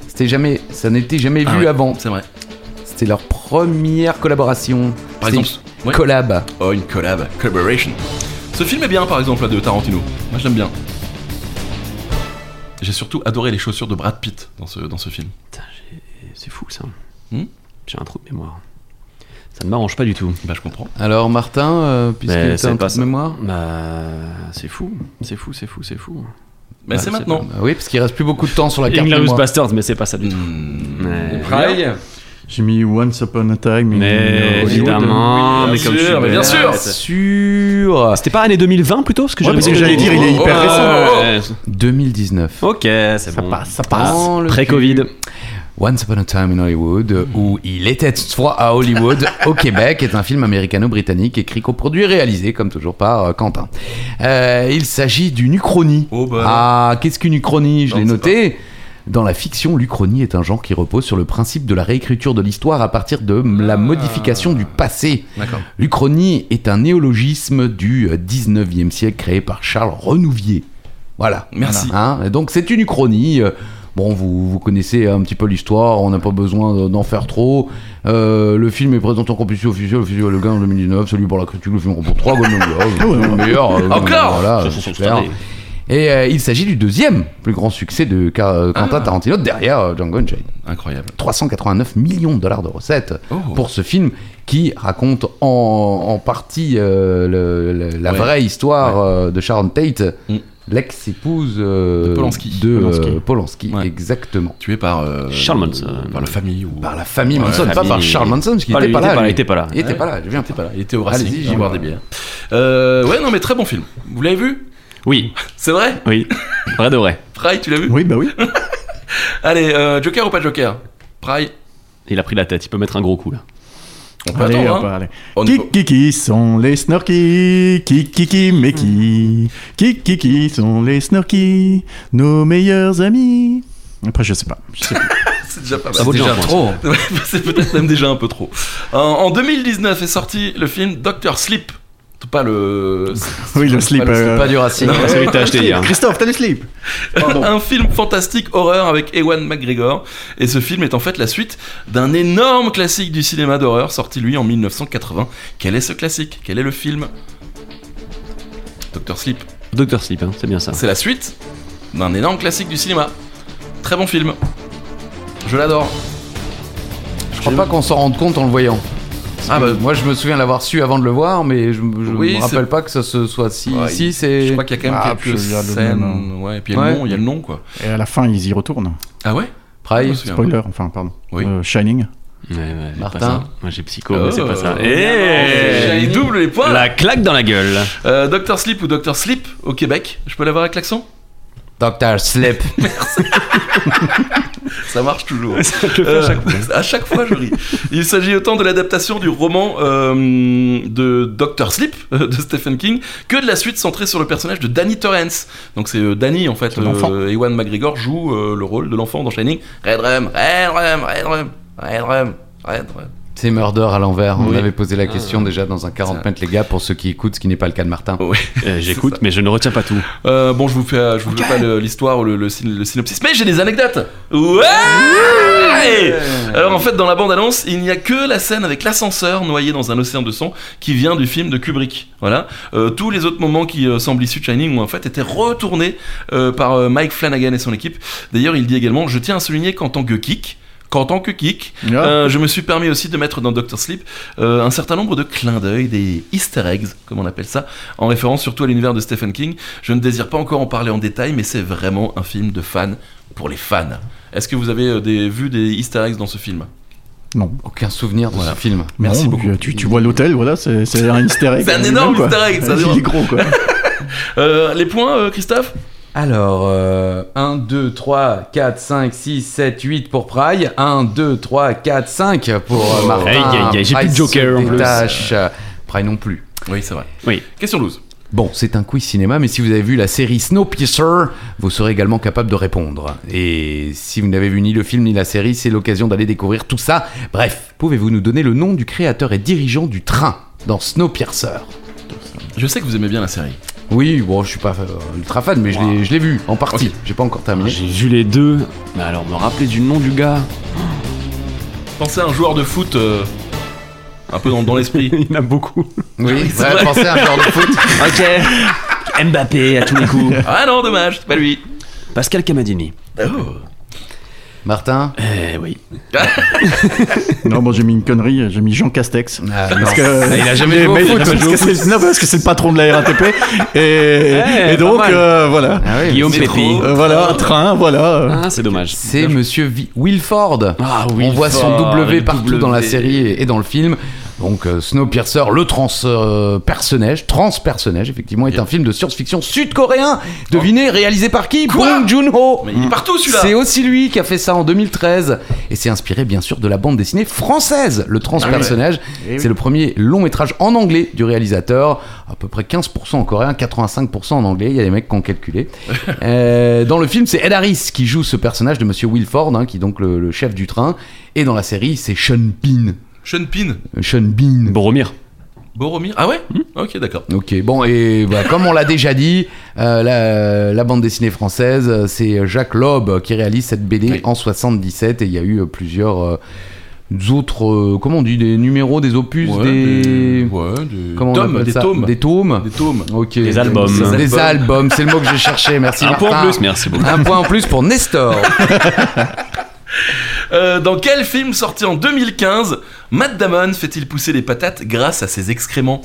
Speaker 3: C'était jamais, ça n'était jamais
Speaker 1: Ah
Speaker 3: vu
Speaker 1: ouais,
Speaker 3: avant.
Speaker 1: C'est vrai.
Speaker 3: C'était leur première collaboration.
Speaker 1: Par
Speaker 3: C'est
Speaker 1: exemple,
Speaker 3: une
Speaker 1: ouais.
Speaker 3: collab.
Speaker 1: oh, une collab, collaboration. Ce film est bien, par exemple, là, de Tarantino. Moi, je l'aime bien. J'ai surtout adoré les chaussures de Brad Pitt dans ce, dans ce film.
Speaker 5: C'est fou ça.
Speaker 1: Hmm
Speaker 5: J'ai un trou de mémoire. Ça ne m'arrange pas du tout.
Speaker 1: Bah, je comprends.
Speaker 3: Alors Martin, euh, puisque
Speaker 5: Mais
Speaker 3: t'as
Speaker 5: c'est
Speaker 3: un peu
Speaker 5: pas
Speaker 3: de
Speaker 5: ça.
Speaker 3: mémoire.
Speaker 5: Bah, c'est fou, c'est fou, c'est fou, c'est fou.
Speaker 1: Mais
Speaker 5: Ouais,
Speaker 1: c'est
Speaker 5: Bah, c'est
Speaker 1: maintenant.
Speaker 3: Ah oui, parce qu'il reste plus beaucoup de temps sur la carte.
Speaker 5: Inglourious
Speaker 3: mémoire.
Speaker 5: Bastards, mais c'est pas ça du tout.
Speaker 1: Mmh.
Speaker 5: Mais-
Speaker 4: J'ai mis Once Upon a Time. in
Speaker 5: Mais
Speaker 4: Hollywood.
Speaker 5: évidemment,
Speaker 1: Oui,
Speaker 5: mais
Speaker 1: bien
Speaker 5: comme
Speaker 1: sûr,
Speaker 5: tu
Speaker 1: mais bien
Speaker 5: veux.
Speaker 1: sûr.
Speaker 5: Ouais, c'est-
Speaker 3: Sûr.
Speaker 5: C'était pas année 2020 plutôt Parce que
Speaker 4: Ouais,
Speaker 5: j'ai
Speaker 4: parce
Speaker 5: révisé
Speaker 4: que
Speaker 5: le
Speaker 4: j'allais
Speaker 5: livre.
Speaker 4: dire, il est hyper
Speaker 5: Ouais.
Speaker 3: 2019.
Speaker 5: Ok, c'est
Speaker 4: Ça
Speaker 5: bon. Ah,
Speaker 4: passe, ça passe.
Speaker 3: Dans le
Speaker 5: Pré-Covid.
Speaker 3: cul. Once Upon a Time in Hollywood, euh,
Speaker 1: Hmm.
Speaker 3: où il était une fois à
Speaker 1: (laughs)
Speaker 3: Hollywood, au Québec, est un film américano-britannique écrit, coproduit et réalisé, comme toujours, par euh, Quentin. Euh, il s'agit d'une uchronie.
Speaker 1: Oh, bah,
Speaker 3: ah, qu'est-ce qu'une uchronie Je
Speaker 1: Non,
Speaker 3: l'ai
Speaker 1: on sait
Speaker 3: noté. Dans la fiction, l'uchronie est un genre qui repose sur le principe de la réécriture de l'histoire à partir de m- la
Speaker 1: Ah.
Speaker 3: modification du passé.
Speaker 1: D'accord.
Speaker 3: L'uchronie est un néologisme du euh, 19e siècle créé par Charles Renouvier. Voilà.
Speaker 1: Merci.
Speaker 3: Hein Et Donc c'est une uchronie. Euh, Bon, vous, vous connaissez un petit peu l'histoire, on n'a pas besoin d'en faire trop. Euh, le film est présenté en compétition officielle, officielle le 15 2019, celui pour la critique, le film pour 3 Golden
Speaker 5: Ah
Speaker 3: Globes. le meilleur. euh,
Speaker 1: Encore
Speaker 3: voilà,
Speaker 5: Ça,
Speaker 3: c'est
Speaker 5: c'est
Speaker 3: clair.
Speaker 5: standard.
Speaker 3: Et euh, il s'agit du deuxième plus grand succès de Ca- euh,
Speaker 5: Ah.
Speaker 3: Quentin Tarantino derrière euh, Django Unchained.
Speaker 1: Incroyable.
Speaker 3: 389 millions de dollars de recettes
Speaker 1: Oh.
Speaker 3: pour ce film qui raconte en, en partie euh, le- le- la
Speaker 1: Ouais.
Speaker 3: vraie histoire euh, de Sharon Tate,
Speaker 1: Mm.
Speaker 3: l'ex-épouse euh,
Speaker 1: De Polanski.
Speaker 3: de, euh,
Speaker 4: Polanski.
Speaker 3: Polanski,
Speaker 1: Ouais.
Speaker 3: exactement.
Speaker 1: Tué par. euh,
Speaker 5: Charles Manson.
Speaker 1: Par la famille ou.
Speaker 3: Par la famille
Speaker 1: Ouais,
Speaker 3: Manson,
Speaker 5: la
Speaker 3: pas
Speaker 5: famille-
Speaker 3: par Charles Manson, parce qu'il
Speaker 5: Pas-
Speaker 3: n'était
Speaker 5: il
Speaker 3: pas, là.
Speaker 5: était pas là,
Speaker 3: lui.
Speaker 5: il était pas là.
Speaker 3: Il était pas là, je viens
Speaker 1: T'es
Speaker 3: pas.
Speaker 1: pas là, il était au
Speaker 3: Allez-y,
Speaker 1: Racing,
Speaker 3: j'y
Speaker 1: j'y boire
Speaker 3: vais.
Speaker 1: des bières. Euh, ouais, non, mais très bon film. Vous l'avez vu
Speaker 5: Oui,
Speaker 1: C'est vrai
Speaker 5: oui. Vrai de vrai.
Speaker 1: Pry, tu l'as vu
Speaker 4: Oui, bah oui.
Speaker 1: Allez, euh, Joker ou pas Joker Pry,
Speaker 5: Il a pris la tête, il peut mettre un gros coup là.
Speaker 1: on peut
Speaker 4: Allez,
Speaker 1: attendre.
Speaker 4: hop,
Speaker 1: hein.
Speaker 4: allez.
Speaker 1: On
Speaker 4: Qui,
Speaker 1: peut-
Speaker 4: qui, qui sont les snorkies Qui, qui, qui, mais qui Qui, qui, qui sont les snorkies Nos meilleurs amis Après, je sais pas. Je sais plus.
Speaker 1: C'est déjà pas mal.
Speaker 3: C'est
Speaker 5: vaut bien,
Speaker 3: déjà
Speaker 5: je pense.
Speaker 3: trop.
Speaker 1: Ouais, (laughs) c'est peut-être même déjà un peu trop. En, en 2019 est sorti le film Doctor Sleep. Pas le.
Speaker 4: Oui, le slip.
Speaker 1: pas le slip,
Speaker 4: euh,
Speaker 3: Pas du Racing.
Speaker 1: Non.
Speaker 5: C'est lui que t'as acheté hein. hier.
Speaker 4: Christophe, t'as le slip
Speaker 1: Un film fantastique horreur avec Ewan McGregor. Et ce film est en fait la suite d'un énorme classique du cinéma d'horreur sorti lui en 1980. Quel est ce classique Quel est le film Doctor Sleep.
Speaker 5: Docteur Sleep, hein, c'est bien ça.
Speaker 1: C'est la suite d'un énorme classique du cinéma. Très bon film. Je l'adore.
Speaker 3: Je crois pas qu'on s'en rende compte en le voyant.
Speaker 1: Ah bah-
Speaker 3: moi je me souviens l'avoir su avant de le voir, mais je, je
Speaker 1: Oui,
Speaker 3: me
Speaker 1: c'est-
Speaker 3: rappelle pas que ça se soit si.
Speaker 1: Ouais,
Speaker 3: si
Speaker 1: il-
Speaker 3: c'est.
Speaker 1: Je crois qu'il y a quand même
Speaker 4: Ah,
Speaker 1: quelques
Speaker 4: puis il y a le
Speaker 1: scènes.
Speaker 4: même, hein.
Speaker 1: Ouais, et puis il y a le
Speaker 3: Ouais.
Speaker 1: nom, il y a le nom quoi.
Speaker 4: Et à la fin, ils y retournent.
Speaker 1: Ah ouais
Speaker 3: Praille.
Speaker 1: Je me souviens.
Speaker 4: Spoiler, enfin, pardon.
Speaker 1: Oui.
Speaker 4: Euh, Shining.
Speaker 5: Ouais, ouais, c'est
Speaker 3: Martin.
Speaker 5: pas ça. Moi j'ai psycho, mais c'est pas ça.
Speaker 1: Eh,
Speaker 5: Oh. Eh
Speaker 1: Il double les points
Speaker 5: La claque dans la gueule.
Speaker 1: Euh, Dr Sleep ou Dr Sleep au Québec, je peux l'avoir avec l'accent
Speaker 3: Doctor Slip.
Speaker 1: Ça marche toujours. Euh, à chaque fois, je ris. Il s'agit autant de l'adaptation du roman euh, de Dr Sleep euh, de Stephen King que de la suite centrée sur le personnage de Danny Torrance. Donc c'est euh, Danny en fait.
Speaker 4: C'est l'enfant.
Speaker 1: euh, Ewan McGregor joue euh, le rôle de l'enfant dans Shining. Red Rum, Red Rum, Red Rum, Red Rum, Red Rum.
Speaker 3: C'est Murder à l'envers. On
Speaker 1: Oui.
Speaker 3: avait posé la question déjà dans un 40
Speaker 1: Ça-
Speaker 3: mètres, les gars, pour ceux qui écoutent, ce qui n'est pas le cas de Martin.
Speaker 1: Oh.
Speaker 5: Euh, J'écoute,
Speaker 1: ça.
Speaker 5: mais je ne retiens pas tout.
Speaker 1: Euh, bon, je vous fais, euh, je vous fais pas le- l'histoire ou le, le syn- le synopsis, mais j'ai des anecdotes. Ouais Alors en fait, dans la bande-annonce, il n'y a que la scène avec l'ascenseur noyé dans un océan de sang qui vient du film de Kubrick. Voilà. Euh, tous les autres moments qui euh, semblent issus de Shining ont en fait été retournés euh, par euh, Mike Flanagan et son équipe. D'ailleurs, il dit également, je tiens à souligner qu'en tant que kick, qu'en tant que kick,
Speaker 4: Ah,
Speaker 1: euh, je me suis permis aussi de mettre dans Doctor Sleep euh, un certain nombre de clins d'œil, des easter eggs, comme on appelle ça, en référence surtout à l'univers de Stephen King. Je ne désire pas encore en parler en détail, mais c'est vraiment un film de fans pour les fans. Est-ce que vous avez euh, des, vu des easter eggs dans ce film
Speaker 4: Non.
Speaker 3: Aucun souvenir de
Speaker 1: Voilà.
Speaker 3: ce film.
Speaker 1: Merci
Speaker 4: Non,
Speaker 1: beaucoup.
Speaker 4: donc, euh, Tu, tu vois l'hôtel, voilà, c'est c'est un easter egg.
Speaker 1: C'est un
Speaker 4: euh,
Speaker 1: énorme
Speaker 4: quoi.
Speaker 1: easter egg, ça,
Speaker 4: (laughs) Il
Speaker 1: vraiment.
Speaker 4: est gros, quoi.
Speaker 1: Euh, Les points, euh, Christophe
Speaker 3: Alors, euh, 1, 2, 3, 4, 5, 6, 7, 8 pour Praille. 1, 2, 3, 4, 5 pour euh, Martin.
Speaker 5: Aïe, aïe, aïe, j'ai plus de
Speaker 3: Praille
Speaker 5: joker,
Speaker 3: se
Speaker 5: en plus.
Speaker 3: détache. Praille non plus.
Speaker 1: Oui, c'est vrai.
Speaker 5: Oui.
Speaker 1: Question 12.
Speaker 3: Bon, c'est un quiz cinéma, mais si vous avez vu la série Snowpiercer, vous serez également capable de répondre. Et si vous n'avez vu ni le film ni la série, c'est l'occasion d'aller découvrir tout ça. Bref, pouvez-vous nous donner le nom du créateur et dirigeant du train dans Snowpiercer
Speaker 1: Je sais que vous aimez bien la série.
Speaker 3: Oui, bon, je suis pas euh, ultra fan, mais je l'ai- je l'ai vu en partie. J'ai pas encore
Speaker 4: Ah,
Speaker 3: terminé.
Speaker 5: J'ai vu les deux. Mais alors, me rappeler du nom du gars.
Speaker 1: Pensez à un joueur de foot euh, un peu dans, dans l'esprit.
Speaker 5: Il y en a beaucoup.
Speaker 4: (laughs)
Speaker 3: Oui, ouais, pensez à un joueur de foot.
Speaker 5: (laughs) Ok. Mbappé à tous les coups.
Speaker 1: ah non, dommage, c'est pas lui.
Speaker 5: Pascal Camadini.
Speaker 3: Martin
Speaker 5: Eh oui.
Speaker 4: Non, bon, j'ai mis une connerie, j'ai mis Jean Castex.
Speaker 3: Ah,
Speaker 4: Parce
Speaker 3: non.
Speaker 4: que
Speaker 3: Il a jamais
Speaker 4: Mais-
Speaker 3: joué au
Speaker 4: mais-
Speaker 3: foot.
Speaker 4: parce que c'est- non, parce que c'est le patron de la RATP. Et,
Speaker 5: Eh,
Speaker 4: et donc,
Speaker 5: pas mal.
Speaker 4: euh, voilà.
Speaker 3: Ah oui,
Speaker 5: Guillaume
Speaker 1: c'est
Speaker 5: Pépi.
Speaker 1: trop.
Speaker 4: Euh, voilà, un train, voilà.
Speaker 5: Ah, c'est dommage.
Speaker 3: C'est monsieur Vi- Wilford.
Speaker 5: Ah,
Speaker 3: On voit son
Speaker 5: Wilford,
Speaker 3: W partout dans la
Speaker 5: W.
Speaker 3: série et et dans le film. Donc euh, Snowpiercer, le trans euh, personnage, transpersonnage effectivement, est
Speaker 1: Yeah.
Speaker 3: un film de science-fiction sud-coréen. Devinez, réalisé par qui
Speaker 1: Quoi
Speaker 3: Bong Joon-ho.
Speaker 1: Mais il est partout celui-là
Speaker 3: C'est aussi lui qui a fait ça en 2013 et c'est inspiré bien sûr de la bande dessinée française. Le transpersonnage,
Speaker 4: Eh oui.
Speaker 3: c'est le premier long métrage en anglais du réalisateur, à peu près 15% en coréen, 85% en anglais. Il y a des mecs qui ont
Speaker 4: (laughs)
Speaker 3: calculé. Euh, dans le film, c'est Ed Harris qui joue ce personnage de Monsieur Wilford, hein, qui est donc le, le chef du train. Et dans la série, c'est Sean Bean. Euh,
Speaker 1: Sean Pin,
Speaker 3: Sean Bean.
Speaker 5: Boromir.
Speaker 1: Boromir. Ah ouais
Speaker 3: Hmm.
Speaker 1: Ok, d'accord.
Speaker 3: Ok, bon, et bah, comme on l'a déjà dit, euh, la, la bande dessinée française, euh, c'est Jacques Loeb qui réalise cette BD
Speaker 1: Oui.
Speaker 3: en 77 et il y a eu euh, plusieurs euh, autres, euh, comment on dit, des numéros, des opus,
Speaker 1: Ouais,
Speaker 3: des...
Speaker 1: Ouais, des
Speaker 3: Comment on
Speaker 1: tomes,
Speaker 3: appelle
Speaker 1: des
Speaker 3: ça
Speaker 1: tomes.
Speaker 3: Des tomes.
Speaker 1: Des tomes.
Speaker 3: Ok.
Speaker 5: Des albums.
Speaker 3: Des,
Speaker 1: Des albums.
Speaker 3: albums, c'est le mot que j'ai cherché, merci
Speaker 5: Un
Speaker 3: Martin.
Speaker 5: point en plus, merci beaucoup.
Speaker 3: Un point en plus pour Nestor.
Speaker 1: Euh, dans quel film sorti en 2015 Matt Damon fait-il pousser les patates grâce à ses excréments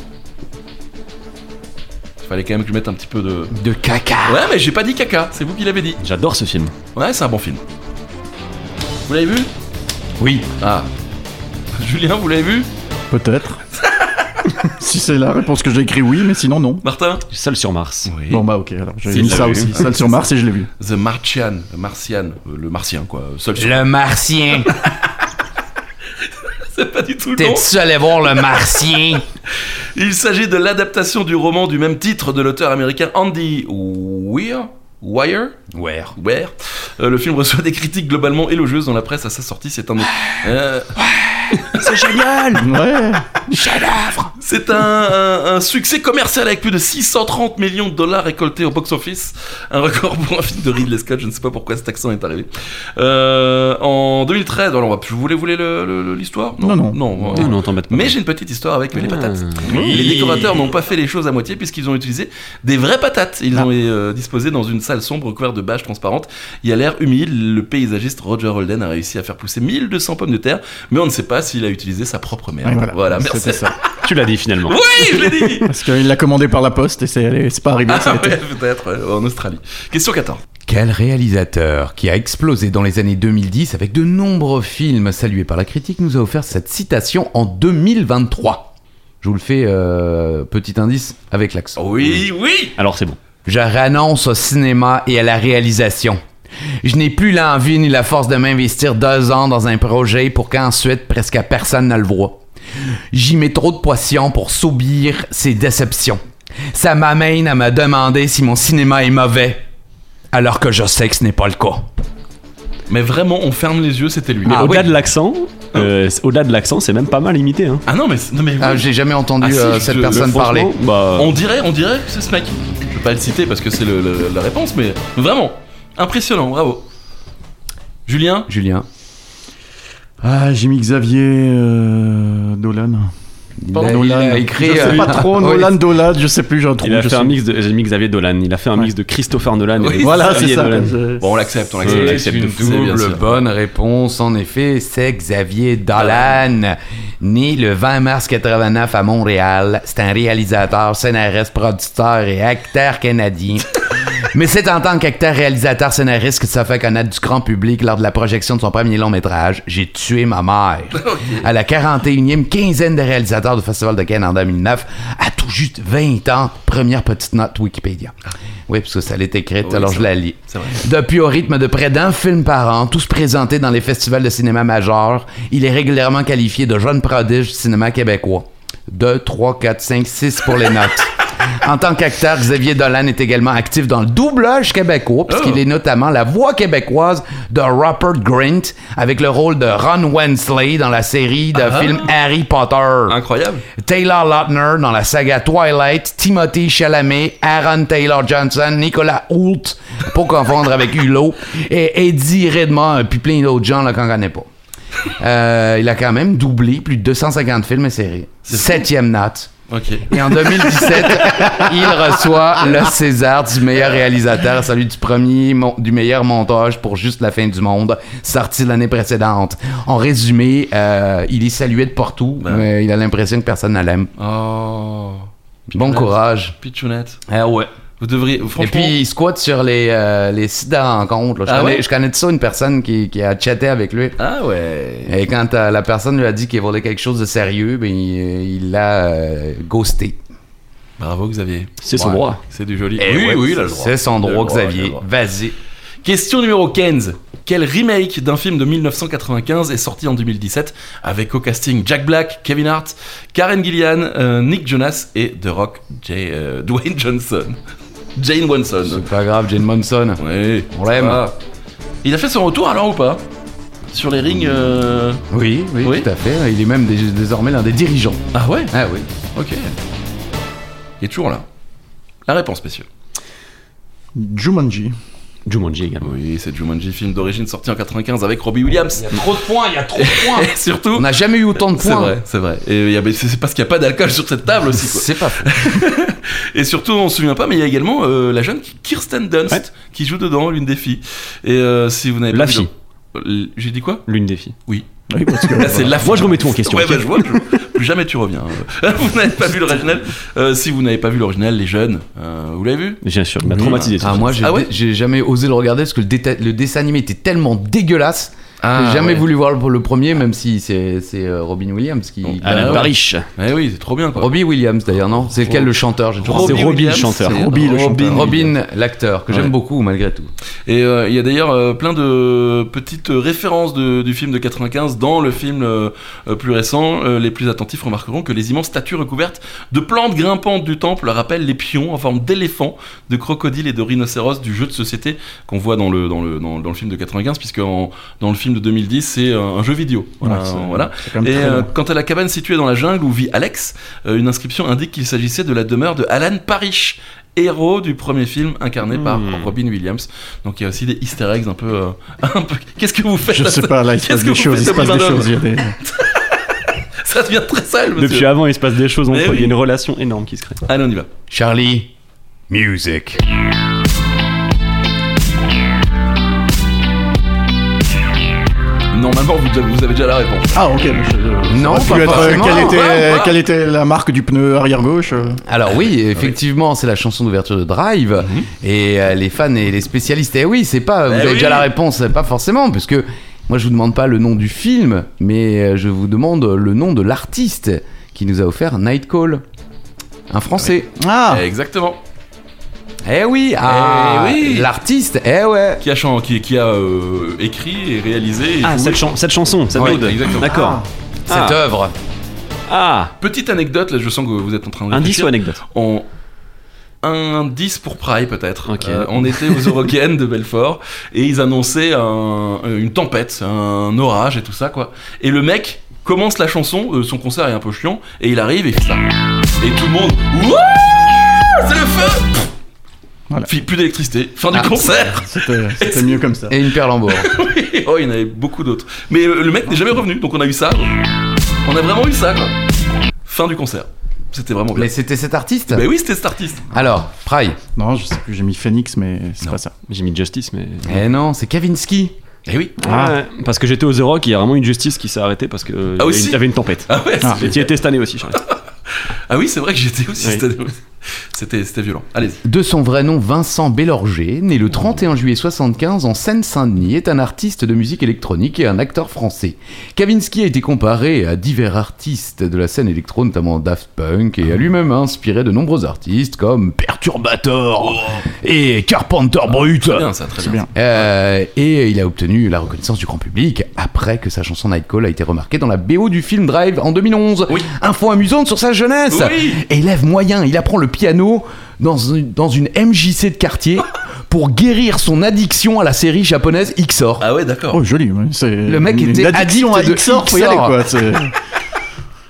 Speaker 1: Fallait quand même que je mette un petit peu de.
Speaker 3: De caca.
Speaker 1: Ouais, mais j'ai pas dit caca, c'est vous qui l'avez dit.
Speaker 5: J'adore ce film.
Speaker 1: Ouais, c'est un bon film. Vous l'avez vu
Speaker 3: Oui.
Speaker 1: Ah. (laughs) Julien, vous l'avez vu
Speaker 4: Peut-être. (laughs) si c'est la réponse que j'ai écrit oui, mais sinon non.
Speaker 1: Martin
Speaker 5: Seul sur Mars.
Speaker 1: Oui.
Speaker 4: Bon bah ok, alors j'ai
Speaker 5: S'il
Speaker 4: mis
Speaker 5: l'a
Speaker 4: ça
Speaker 5: vu.
Speaker 4: aussi. Salle sur Mars et je l'ai vu.
Speaker 1: The Martian, le Martian, euh, le Martien quoi. Seul sur-
Speaker 3: Le martien.
Speaker 1: (laughs) C'est pas du tout le
Speaker 3: T'es
Speaker 1: nom.
Speaker 3: le seul à voir le martien.
Speaker 1: Il s'agit de l'adaptation du roman du même titre de l'auteur américain Andy Weir. Wire
Speaker 3: Ouais.
Speaker 1: Where Euh, Le film reçoit des critiques globalement élogieuses dans la presse à sa sortie. C'est un, euh,
Speaker 3: C'est génial.
Speaker 4: Ouais.
Speaker 3: Chef-d'œuvre.
Speaker 1: c'est un, un- un succès commercial avec plus de 630 millions de dollars récoltés au box-office. Un record pour un film de Ridley Scott. Je ne sais pas pourquoi cet accent est arrivé. Euh, en 2013, alors on va, vous voulez, vous voulez le- le- le- l'histoire
Speaker 4: Non, non.
Speaker 1: non.
Speaker 5: Oh, Non, non, t'embête pas.
Speaker 1: Mais j'ai une petite histoire avec les
Speaker 5: Ah.
Speaker 1: patates.
Speaker 5: Oui.
Speaker 1: Les décorateurs n'ont pas fait les choses à moitié puisqu'ils ont utilisé des vraies patates. Ils
Speaker 4: Ah.
Speaker 1: ont euh, disposé dans une salle sombre couverte de bâches transparentes. Il y a l'air humide. Le paysagiste Roger Holden a réussi à faire pousser 1200 pommes de terre, mais on ne sait pas s'il a utilisé sa propre merde.
Speaker 4: Ouais,
Speaker 1: voilà.
Speaker 4: voilà.
Speaker 1: merci.
Speaker 4: C'était ça.
Speaker 5: Tu l'as dit finalement.
Speaker 1: Oui, je l'ai dit.
Speaker 4: Parce qu'il l'a commandé par la poste et c'est allé- c'est pas arrivé.
Speaker 1: Ah
Speaker 4: ça a été-
Speaker 1: ouais, peut-être ouais, en Australie. Question 14.
Speaker 3: Quel réalisateur qui a explosé dans les années 2010 avec de nombreux films salués par la critique nous a offert cette citation en 2023 Je vous le fais, euh, petit indice, avec l'accent.
Speaker 1: Oui, oui.
Speaker 5: Alors c'est bon.
Speaker 3: Je renonce au cinéma et à la réalisation. Je n'ai plus l'envie ni la force de m'investir deux ans dans un projet pour qu'ensuite presque personne ne le voit. J'y mets trop de poisson pour subir ces déceptions. Ça m'amène à me demander si mon cinéma est mauvais, alors que je sais que ce n'est pas le cas.
Speaker 1: Mais vraiment, on ferme les yeux. C'était lui.
Speaker 5: Mais
Speaker 3: Ah
Speaker 5: au-delà
Speaker 3: oui.
Speaker 5: de l'accent, euh, c'est- au-delà de l'accent, c'est même pas mal imité. Hein.
Speaker 1: Ah non, mais c'est- non mais.
Speaker 3: Ah,
Speaker 1: oui.
Speaker 3: j'ai jamais entendu
Speaker 1: Ah si,
Speaker 3: euh,
Speaker 1: je-
Speaker 3: cette
Speaker 1: le-
Speaker 3: personne
Speaker 5: Franchement,
Speaker 3: parler.
Speaker 5: bah,
Speaker 1: On dirait, on dirait que c'est ce mec. Je vais pas le citer parce que c'est le- le- la réponse, mais vraiment impressionnant. Bravo. Julien,
Speaker 3: Julien.
Speaker 4: Ah, j'ai mis Xavier euh, Dolan.
Speaker 3: Il
Speaker 4: Pardon,
Speaker 3: a, il
Speaker 4: Nolan.
Speaker 3: a écrit.
Speaker 4: Je sais pas
Speaker 3: euh, (laughs)
Speaker 4: trop,
Speaker 3: oui.
Speaker 4: Nolan, Dolan, je sais plus, j'ai un trou.
Speaker 5: Il a
Speaker 4: je
Speaker 5: fait un
Speaker 4: sais-
Speaker 5: mix de j'ai mis Xavier Dolan, il a fait un mix de Christopher Nolan
Speaker 1: Oui,
Speaker 5: et de
Speaker 4: Voilà,
Speaker 5: Xavier
Speaker 4: c'est ça.
Speaker 5: Dolan.
Speaker 4: je-
Speaker 1: Bon, on l'accepte, on l'accepte.
Speaker 5: Ouais,
Speaker 1: C'est
Speaker 5: l'accepte
Speaker 1: une
Speaker 5: de
Speaker 1: fou, bien sûr.
Speaker 3: bonne réponse, en effet, c'est Xavier Dolan, né le 20 mars 89 à Montréal. C'est un réalisateur, scénariste, producteur et acteur canadien.
Speaker 1: (laughs)
Speaker 3: Mais c'est en tant qu'acteur, réalisateur, scénariste que ça fait connaître du grand public lors de la projection de son premier long métrage, J'ai tué
Speaker 1: (laughs)
Speaker 3: ma mère. À la 41e quinzaine de réalisateurs du Festival de Cannes en 2009, à tout juste 20 ans, première petite note Wikipédia. Oui, parce que ça l'est écrite,
Speaker 1: Ah. Oui,
Speaker 3: alors
Speaker 1: ça
Speaker 3: je la lis.
Speaker 1: C'est vrai.
Speaker 3: Depuis au rythme de près d'un film par an, tous présentés dans les festivals de cinéma majeurs, il est régulièrement qualifié de jeune prodige du cinéma québécois. 2, 3, 4, 5, 6 pour les notes. En tant qu'acteur, Xavier Dolan est également actif dans le doublage québécois, puisqu'il est notamment la voix québécoise de Robert Grint, avec le rôle de Ron Wensley dans la série de films Harry Potter.
Speaker 1: Incroyable.
Speaker 3: Taylor Lautner dans la saga Twilight, Timothy Chalamet, Aaron Taylor Johnson, Nicolas Hoult, pour confondre avec Hulot, et Eddie Redmond, puis plein d'autres gens là, qu'on connaît pas. Euh, il a quand même doublé plus de 250 films et séries.
Speaker 1: C'est fou.
Speaker 3: Septième note.
Speaker 1: Ok.
Speaker 3: Et en 2017, il reçoit le César du meilleur réalisateur, celui du premier mon- du meilleur montage pour Juste la fin du monde, sorti l'année précédente. En résumé, euh, il est salué de partout,
Speaker 1: Ben.
Speaker 3: mais il a l'impression que personne ne l'aime.
Speaker 1: Oh.
Speaker 3: Bon courage.
Speaker 1: Pichounette.
Speaker 3: Ah ouais.
Speaker 1: Vous devriez.
Speaker 3: Et
Speaker 1: Franchement.
Speaker 3: puis il squatte sur les, euh, les sites de rencontre. là. Je,
Speaker 1: Ah
Speaker 3: connais,
Speaker 1: ouais
Speaker 3: je connais de ça une personne qui, qui a chatté avec lui.
Speaker 1: Ah ouais.
Speaker 3: Et quand euh, la personne lui a dit qu'il voulait quelque chose de sérieux, ben, il euh, il l'a euh, ghosté.
Speaker 1: Bravo Xavier.
Speaker 5: C'est son
Speaker 3: Ouais.
Speaker 5: droit.
Speaker 1: C'est du joli.
Speaker 3: Eh ouais, C'est son
Speaker 1: Il a le
Speaker 3: droit,
Speaker 1: droit, il a le
Speaker 3: Xavier.
Speaker 1: droit.
Speaker 3: Vas-y.
Speaker 1: Question numéro 15. Quel remake d'un film de 1995 est sorti en 2017 avec au casting Jack Black, Kevin Hart, Karen Gillian, euh, Nick Jonas et The Rock Jay- euh, (laughs) Dwayne Johnson Jane Watson.
Speaker 3: C'est pas grave, Jane Monson.
Speaker 1: Ouais,
Speaker 3: On l'aime.
Speaker 1: Ah. Il a fait son retour alors ou pas Sur les rings. euh,
Speaker 3: Oui, oui,
Speaker 1: Oui.
Speaker 3: tout à fait. Il est même dé- désormais l'un des dirigeants.
Speaker 1: Ah ouais
Speaker 3: Ah oui.
Speaker 1: Ok. Il est toujours là. La réponse, messieurs.
Speaker 4: Jumanji.
Speaker 5: Jumanji également.
Speaker 1: Oui, c'est Jumanji, film d'origine sorti en 95 avec Robbie Williams.
Speaker 5: Trop de points, il y a trop de
Speaker 1: (laughs) Et surtout.
Speaker 3: On n'a jamais eu autant de
Speaker 1: C'est
Speaker 3: points.
Speaker 1: vrai, c'est vrai. Et il y a- mais c'est c'est parce qu'il n'y a pas d'alcool sur cette table aussi.
Speaker 5: (laughs)
Speaker 1: Quoi.
Speaker 3: C'est pas faux.
Speaker 1: Et surtout, on se souvient pas, mais il y a également euh, la jeune Kirsten Dunst
Speaker 5: Ouais.
Speaker 1: qui joue dedans, l'une des filles. Et euh, si vous n'avez pas
Speaker 5: La
Speaker 1: vu
Speaker 5: fille.
Speaker 1: le- J'ai dit
Speaker 5: (laughs)
Speaker 1: quoi
Speaker 5: L'une des filles.
Speaker 4: Oui, parce que.
Speaker 1: Là, c'est la
Speaker 5: Moi, je remets tout en question.
Speaker 1: Ouais, bah, je vois, je- plus jamais tu reviens. (laughs) Euh, vous n'avez pas vu l'original. Euh, si vous n'avez pas vu l'original, les jeunes, euh, vous l'avez vu
Speaker 5: Bien sûr, il m'a
Speaker 1: Oui.
Speaker 5: traumatisé. ce
Speaker 3: Ah,
Speaker 5: film.
Speaker 3: moi, j'ai
Speaker 1: Ah ouais
Speaker 3: j'ai jamais osé le regarder parce que le, déta- le dessin animé était tellement dégueulasse.
Speaker 1: Ah,
Speaker 3: j'ai jamais
Speaker 1: ouais.
Speaker 3: voulu voir le, le premier, même si c'est c'est, euh, Robin Williams qui.
Speaker 1: Bon,
Speaker 3: qui-
Speaker 5: Alan
Speaker 1: Ah ouais.
Speaker 5: Parrish.
Speaker 1: Eh oui, c'est trop bien quoi.
Speaker 3: Robbie Williams d'ailleurs, non C'est lequel
Speaker 1: Rob-
Speaker 3: le chanteur J'ai toujours
Speaker 5: Robbie
Speaker 3: pensé-
Speaker 5: Robin, le chanteur.
Speaker 1: c'est
Speaker 4: Robbie, le
Speaker 1: Robin.
Speaker 4: chanteur.
Speaker 3: Robin, l'acteur, que
Speaker 1: Ouais.
Speaker 3: j'aime beaucoup malgré tout.
Speaker 1: Et euh, il y a d'ailleurs euh, plein de petites euh, références de- du film de 95 dans le film euh, euh, plus récent. Euh, les plus attentifs remarqueront que les immenses statues recouvertes de plantes grimpantes du temple rappellent les pions en forme d'éléphants, de crocodiles et de rhinocéros du jeu de société qu'on voit dans le, dans, le, dans, dans le film de 95, puisque en- dans le film de 2010, c'est euh, un jeu vidéo. Voilà,
Speaker 4: Ouais, c'est-
Speaker 1: voilà.
Speaker 4: c'est quand même
Speaker 1: Et
Speaker 4: très
Speaker 1: euh,
Speaker 4: long.
Speaker 1: quant à la cabane située dans la jungle où vit Alex, euh, une inscription indique qu'il s'agissait de la demeure de Alan Parrish, héros du premier film incarné par
Speaker 4: Hmm.
Speaker 1: Robin Williams. Donc il y a aussi des easter eggs un peu. euh, (laughs) un peu... (laughs) Qu'est-ce que vous faites
Speaker 4: Je
Speaker 1: là,
Speaker 4: sais
Speaker 1: ça-
Speaker 4: pas, là, il se
Speaker 1: Qu'est-ce que
Speaker 4: passe des
Speaker 1: vous
Speaker 4: choses. Il
Speaker 1: faites
Speaker 4: se passe
Speaker 1: au
Speaker 4: des
Speaker 1: Bernard
Speaker 4: choses. il y a des-
Speaker 1: Ça devient très sale, monsieur.
Speaker 5: Depuis avant, il se passe des choses entre
Speaker 1: Mais
Speaker 5: eux. Il y
Speaker 1: oui.
Speaker 5: a une relation énorme qui se crée.
Speaker 1: Allez, on y va.
Speaker 3: Charlie, music.
Speaker 1: Normalement, vous, vous avez déjà la réponse.
Speaker 4: Ah, ok. mais je-
Speaker 3: Non,
Speaker 4: ça aurait pu
Speaker 3: pas
Speaker 4: être, euh,
Speaker 3: forcément.
Speaker 4: quelle, était,
Speaker 1: Ouais, ouais.
Speaker 4: quelle était la marque du pneu arrière gauche euh,
Speaker 3: Alors oui, effectivement, c'est la chanson d'ouverture de Drive et euh, les fans et les spécialistes. Eh oui, c'est pas. Vous
Speaker 1: Mhm. Eh
Speaker 3: avez
Speaker 1: oui.
Speaker 3: déjà la réponse, euh, pas forcément, parce que moi je vous demande pas le nom du film, mais euh, je vous demande le nom de l'artiste qui nous a offert Night Call. Un français.
Speaker 4: Ah
Speaker 1: Exactement.
Speaker 3: Eh oui, ah,
Speaker 1: oui.
Speaker 3: l'artiste. Eh ouais.
Speaker 1: Qui a, chan- qui, qui a euh, écrit et réalisé. et
Speaker 5: Ah,
Speaker 1: joué.
Speaker 5: cette, chan- cette chanson, cette
Speaker 1: Ouais,
Speaker 5: ode.
Speaker 1: exactement.
Speaker 5: D'accord.
Speaker 3: Cette œuvre.
Speaker 5: Ah,
Speaker 1: Petite anecdote, là, je sens que vous êtes en train de.
Speaker 5: indice
Speaker 1: réfléchir.
Speaker 5: ou anecdote
Speaker 1: On... Un 10 pour Pry peut-être.
Speaker 5: Ok.
Speaker 1: Euh, on était aux Eurogaines de Belfort et ils annonçaient un- euh, une tempête, un orage et tout ça quoi. Et le mec commence la chanson, euh, son concert est un peu chiant, et il arrive et il fait ça. Et tout le monde, Wouah c'est le feu Pff.
Speaker 4: Voilà.
Speaker 1: Puis plus d'électricité, fin
Speaker 3: Ah.
Speaker 1: du concert.
Speaker 4: C'était c'était mieux comme ça.
Speaker 3: Et une perle
Speaker 1: (laughs)
Speaker 3: en bois.
Speaker 1: oh il y en avait beaucoup d'autres. Mais euh, le mec n'est jamais revenu, donc on a eu ça. On a vraiment eu ça quoi. Fin du concert. C'était vraiment bien.
Speaker 3: Mais c'était cet artiste
Speaker 1: Mais oui c'était cet artiste.
Speaker 3: Alors, Pry.
Speaker 4: Non, je sais plus, j'ai mis Phoenix, mais c'est
Speaker 1: Non.
Speaker 4: pas ça.
Speaker 5: J'ai mis Justice, mais.
Speaker 3: Eh non, c'est Kavinsky.
Speaker 1: Et Eh oui.
Speaker 5: Ah, ouais, parce que j'étais au The Rock, il y a vraiment une justice qui s'est arrêtée parce que euh,
Speaker 1: Ah,
Speaker 5: il y
Speaker 1: aussi
Speaker 5: avait une- il y avait une tempête.
Speaker 1: Ah ouais,
Speaker 4: Ah.
Speaker 1: c'est
Speaker 5: Et tu y étais cette année aussi, Charlie.
Speaker 1: Ah oui, c'est vrai que j'étais aussi.
Speaker 5: Oui.
Speaker 1: c'était- C'était c'était violent. Allez-y.
Speaker 3: De son vrai nom Vincent Bélorger, né le 31 juillet 75 en Seine-Saint-Denis, est un artiste de musique électronique et un acteur français. Kavinsky a été comparé à divers artistes de la scène électro, notamment Daft Punk, et a lui-même inspiré de nombreux artistes comme Perturbator et Carpenter Brut.
Speaker 1: Très Oh. bien, ça, très
Speaker 4: C'est
Speaker 1: bien.
Speaker 4: bien.
Speaker 3: Euh, et il a obtenu la reconnaissance du grand public après que sa chanson Night Call a été remarquée dans la BO du film Drive en 2011.
Speaker 1: Oui.
Speaker 3: Info amusante sur sa jeunesse.
Speaker 1: Oui.
Speaker 3: Élève moyen, il apprend le piano dans une, dans une MJC de quartier pour guérir son addiction à la série japonaise XOR.
Speaker 1: Ah ouais, d'accord.
Speaker 4: Oh, joli. ouais, c'est
Speaker 3: Le mec
Speaker 4: une
Speaker 3: était
Speaker 4: addiction
Speaker 3: addict
Speaker 4: à
Speaker 3: de
Speaker 4: XOR, faut y aller,
Speaker 3: XOR.
Speaker 4: quoi.
Speaker 3: (laughs)
Speaker 4: c'est-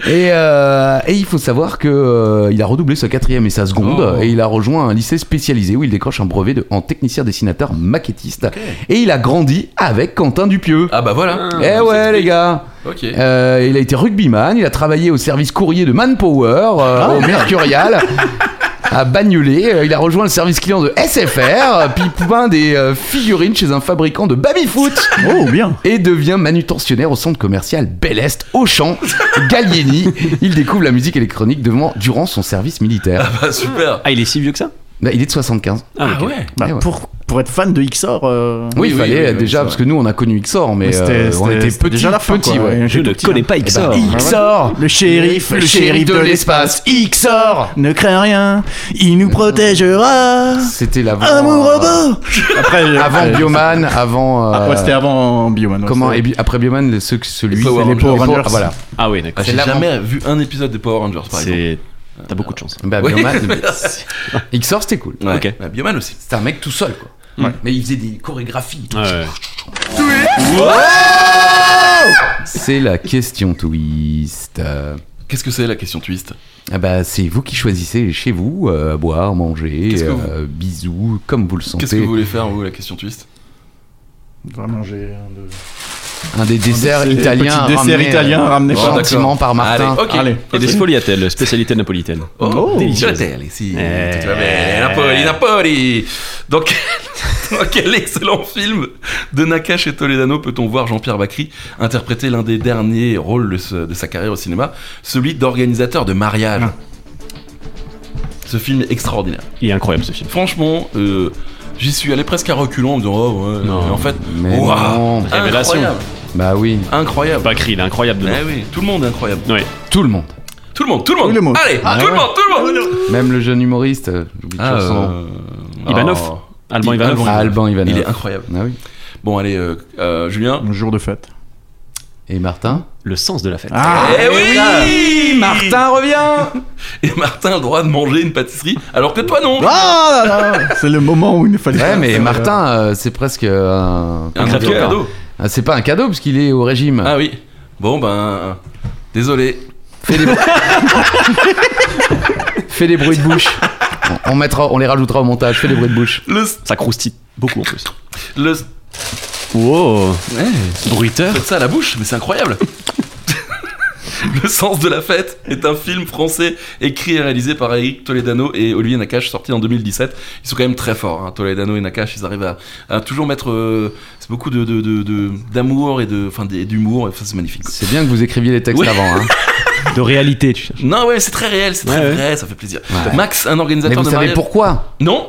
Speaker 3: Et, euh, et il faut savoir que euh, il a redoublé sa quatrième et sa seconde
Speaker 1: Oh.
Speaker 3: et il a rejoint un lycée spécialisé où il décroche un brevet de- en technicien dessinateur maquettiste. Et il a grandi avec Quentin Dupieux.
Speaker 1: Ah bah voilà.
Speaker 3: eh
Speaker 1: Ça
Speaker 3: ouais les
Speaker 1: explique.
Speaker 3: gars
Speaker 1: Ok.
Speaker 3: Euh, il a été rugbyman, il a travaillé au service courrier de Manpower, euh, au Mercurial, à Bagnolet, euh, il a rejoint le service client de SFR, euh, puis peint des euh, figurines chez un fabricant de babyfoot
Speaker 4: Oh, bien.
Speaker 3: et devient manutentionnaire au centre commercial Bel Est, Auchan, Gallieni. Il découvre la musique électronique devant- durant son service militaire.
Speaker 1: Ah bah super.
Speaker 5: Ah, il est si vieux que ça
Speaker 3: Bah, il est de 75.
Speaker 5: Ah, ok.
Speaker 1: ouais
Speaker 4: Bah,
Speaker 3: Eh ouais.
Speaker 4: pour, pour être fan de XOR. euh,
Speaker 3: Oui, il
Speaker 1: oui,
Speaker 3: fallait
Speaker 1: oui, oui,
Speaker 3: déjà,
Speaker 1: c'est
Speaker 3: parce
Speaker 1: vrai.
Speaker 3: que nous on a connu XOR, mais euh, on était petits,
Speaker 4: déjà la fin,
Speaker 3: petits,
Speaker 4: quoi.
Speaker 3: ouais. Bah,
Speaker 5: Je
Speaker 4: J'étais
Speaker 5: ne
Speaker 4: petit,
Speaker 5: connais
Speaker 4: hein.
Speaker 5: pas XOR.
Speaker 4: Eh ben, XOR, le shérif, le shérif de l'espace. XOR, ne crains rien, il nous protégera.
Speaker 3: C'était l'avant.
Speaker 4: Ah mon robot Après, euh,
Speaker 3: Avant
Speaker 4: euh,
Speaker 3: Bioman, avant.
Speaker 4: Ah,
Speaker 3: euh,
Speaker 4: ouais, c'était avant Bioman. ouais,
Speaker 3: Comment
Speaker 4: c'est-
Speaker 3: et bi- après Bioman, le- ceux- celui
Speaker 1: Les Power
Speaker 3: c'est
Speaker 1: Rangers.
Speaker 3: Power
Speaker 4: Les Power
Speaker 3: Rangers. Ah,
Speaker 4: Rangers.
Speaker 3: voilà.
Speaker 5: Ah oui,
Speaker 1: Ah,
Speaker 5: d'accord.
Speaker 1: J'ai
Speaker 3: C'est
Speaker 1: jamais vu un épisode des Power Rangers par exemple.
Speaker 5: C'est. T'as beaucoup de chance.
Speaker 3: Bah,
Speaker 1: Oui. (laughs)
Speaker 3: Bioman. XOR, c'était cool.
Speaker 1: Ouais.
Speaker 5: ok.
Speaker 1: Bah, Bioman aussi.
Speaker 3: C'était un mec tout seul, quoi. Mais il faisait des chorégraphies.
Speaker 5: Ah ouais.
Speaker 3: C'est la question twist. Euh,
Speaker 1: Qu'est-ce que c'est la question twist
Speaker 3: Ah bah, c'est vous qui choisissez chez vous, euh, à boire, manger,
Speaker 1: Qu'est-ce que vous-
Speaker 3: euh, bisous, comme vous le
Speaker 1: Qu'est-ce que
Speaker 3: sentez.
Speaker 1: vous voulez faire vous la question twist
Speaker 4: Vraiment, j'ai un de-
Speaker 3: Un des desserts
Speaker 4: Petit
Speaker 3: italiens.
Speaker 4: dessert
Speaker 3: ramené,
Speaker 4: italien
Speaker 3: euh,
Speaker 4: ramené par-
Speaker 3: gentiment par Martin.
Speaker 1: Allez, ok.
Speaker 4: Allez.
Speaker 5: Et des sfogliatelles, spécialité napolitaine.
Speaker 1: Oh,
Speaker 5: Délicieuse.
Speaker 1: Giratelle, sì.
Speaker 5: Eh.
Speaker 1: Tutto va bene, Napoli, Napoli. Dans quel, (laughs) dans quel excellent film de Nakache et Toledano peut-on voir Jean-Pierre Bacri interpréter l'un des derniers rôles de, ce- de sa carrière au cinéma, celui d'organisateur de mariage Ce film est extraordinaire.
Speaker 5: Il est incroyable ce film.
Speaker 1: Franchement, euh, j'y suis allé presque à reculons en me disant oh ouais,
Speaker 5: Non,
Speaker 1: mais en fait,
Speaker 3: mais
Speaker 1: waouh,
Speaker 3: non.
Speaker 5: Révélation.
Speaker 1: incroyable,
Speaker 3: Bah oui,
Speaker 1: incroyable.
Speaker 5: Pas cri, il est incroyable dedans.
Speaker 1: Eh oui, tout le monde est incroyable.
Speaker 5: Ouais.
Speaker 3: tout le monde.
Speaker 1: Tout le monde, tout le monde.
Speaker 4: Tout le monde.
Speaker 1: Allez,
Speaker 3: Ah
Speaker 1: tout le
Speaker 3: ouais.
Speaker 1: monde, tout le monde.
Speaker 3: Même le jeune humoriste, euh, j'oublie toujours son nom.
Speaker 1: Ah, euh,
Speaker 5: Ivanov.
Speaker 1: oh.
Speaker 5: Alban Ivanov.
Speaker 1: Alban
Speaker 3: Ah, Alban Ivanov.
Speaker 1: Il est incroyable.
Speaker 3: Ah oui.
Speaker 1: Bon, allez, euh, euh, Julien.
Speaker 4: Un jour de fête.
Speaker 3: Et Martin
Speaker 5: Le sens de la fête.
Speaker 4: Ah
Speaker 1: eh oui
Speaker 3: revient
Speaker 1: Et Martin a le droit de manger une pâtisserie, alors que toi non
Speaker 4: Ah là là C'est le moment où il ne fallait pas.
Speaker 3: Ouais, mais
Speaker 4: faire, euh,
Speaker 3: Martin, euh, c'est presque euh, un.
Speaker 1: Un
Speaker 5: crève-cœur.
Speaker 1: cadeau.
Speaker 3: Ah, c'est pas un cadeau, parce qu'il est au régime.
Speaker 1: Ah oui. Bon, ben. Désolé.
Speaker 3: Fais des, Fais des bruits de bouche. On, on mettra, on les rajoutera au montage. Fais des bruits de bouche.
Speaker 1: Le. s-
Speaker 5: Ça croustille beaucoup en plus.
Speaker 1: le s-
Speaker 5: Wow Bruiteur
Speaker 1: Faites ça à la bouche, mais c'est incroyable (laughs) Le sens de la fête est un film français écrit et réalisé par Eric Toledano et Olivier Nakache, sorti en 2017. Ils sont quand même très forts, hein. Toledano et Nakache, ils arrivent à, à toujours mettre. euh, c'est beaucoup de, de- de- de- d'amour et de, enfin, des- d'humour, et enfin, c'est magnifique. quoi.
Speaker 3: C'est bien que vous écriviez les textes
Speaker 1: Oui.
Speaker 3: avant. Hein.
Speaker 5: de réalité, tu cherches.
Speaker 1: Non, ouais, c'est très réel, c'est très
Speaker 5: Ouais, ouais.
Speaker 1: vrai, ça fait plaisir.
Speaker 3: Ouais.
Speaker 1: Max, un
Speaker 3: Mais
Speaker 1: organisateur
Speaker 3: vous
Speaker 1: de
Speaker 3: savez
Speaker 1: mariage.
Speaker 3: pourquoi
Speaker 1: Non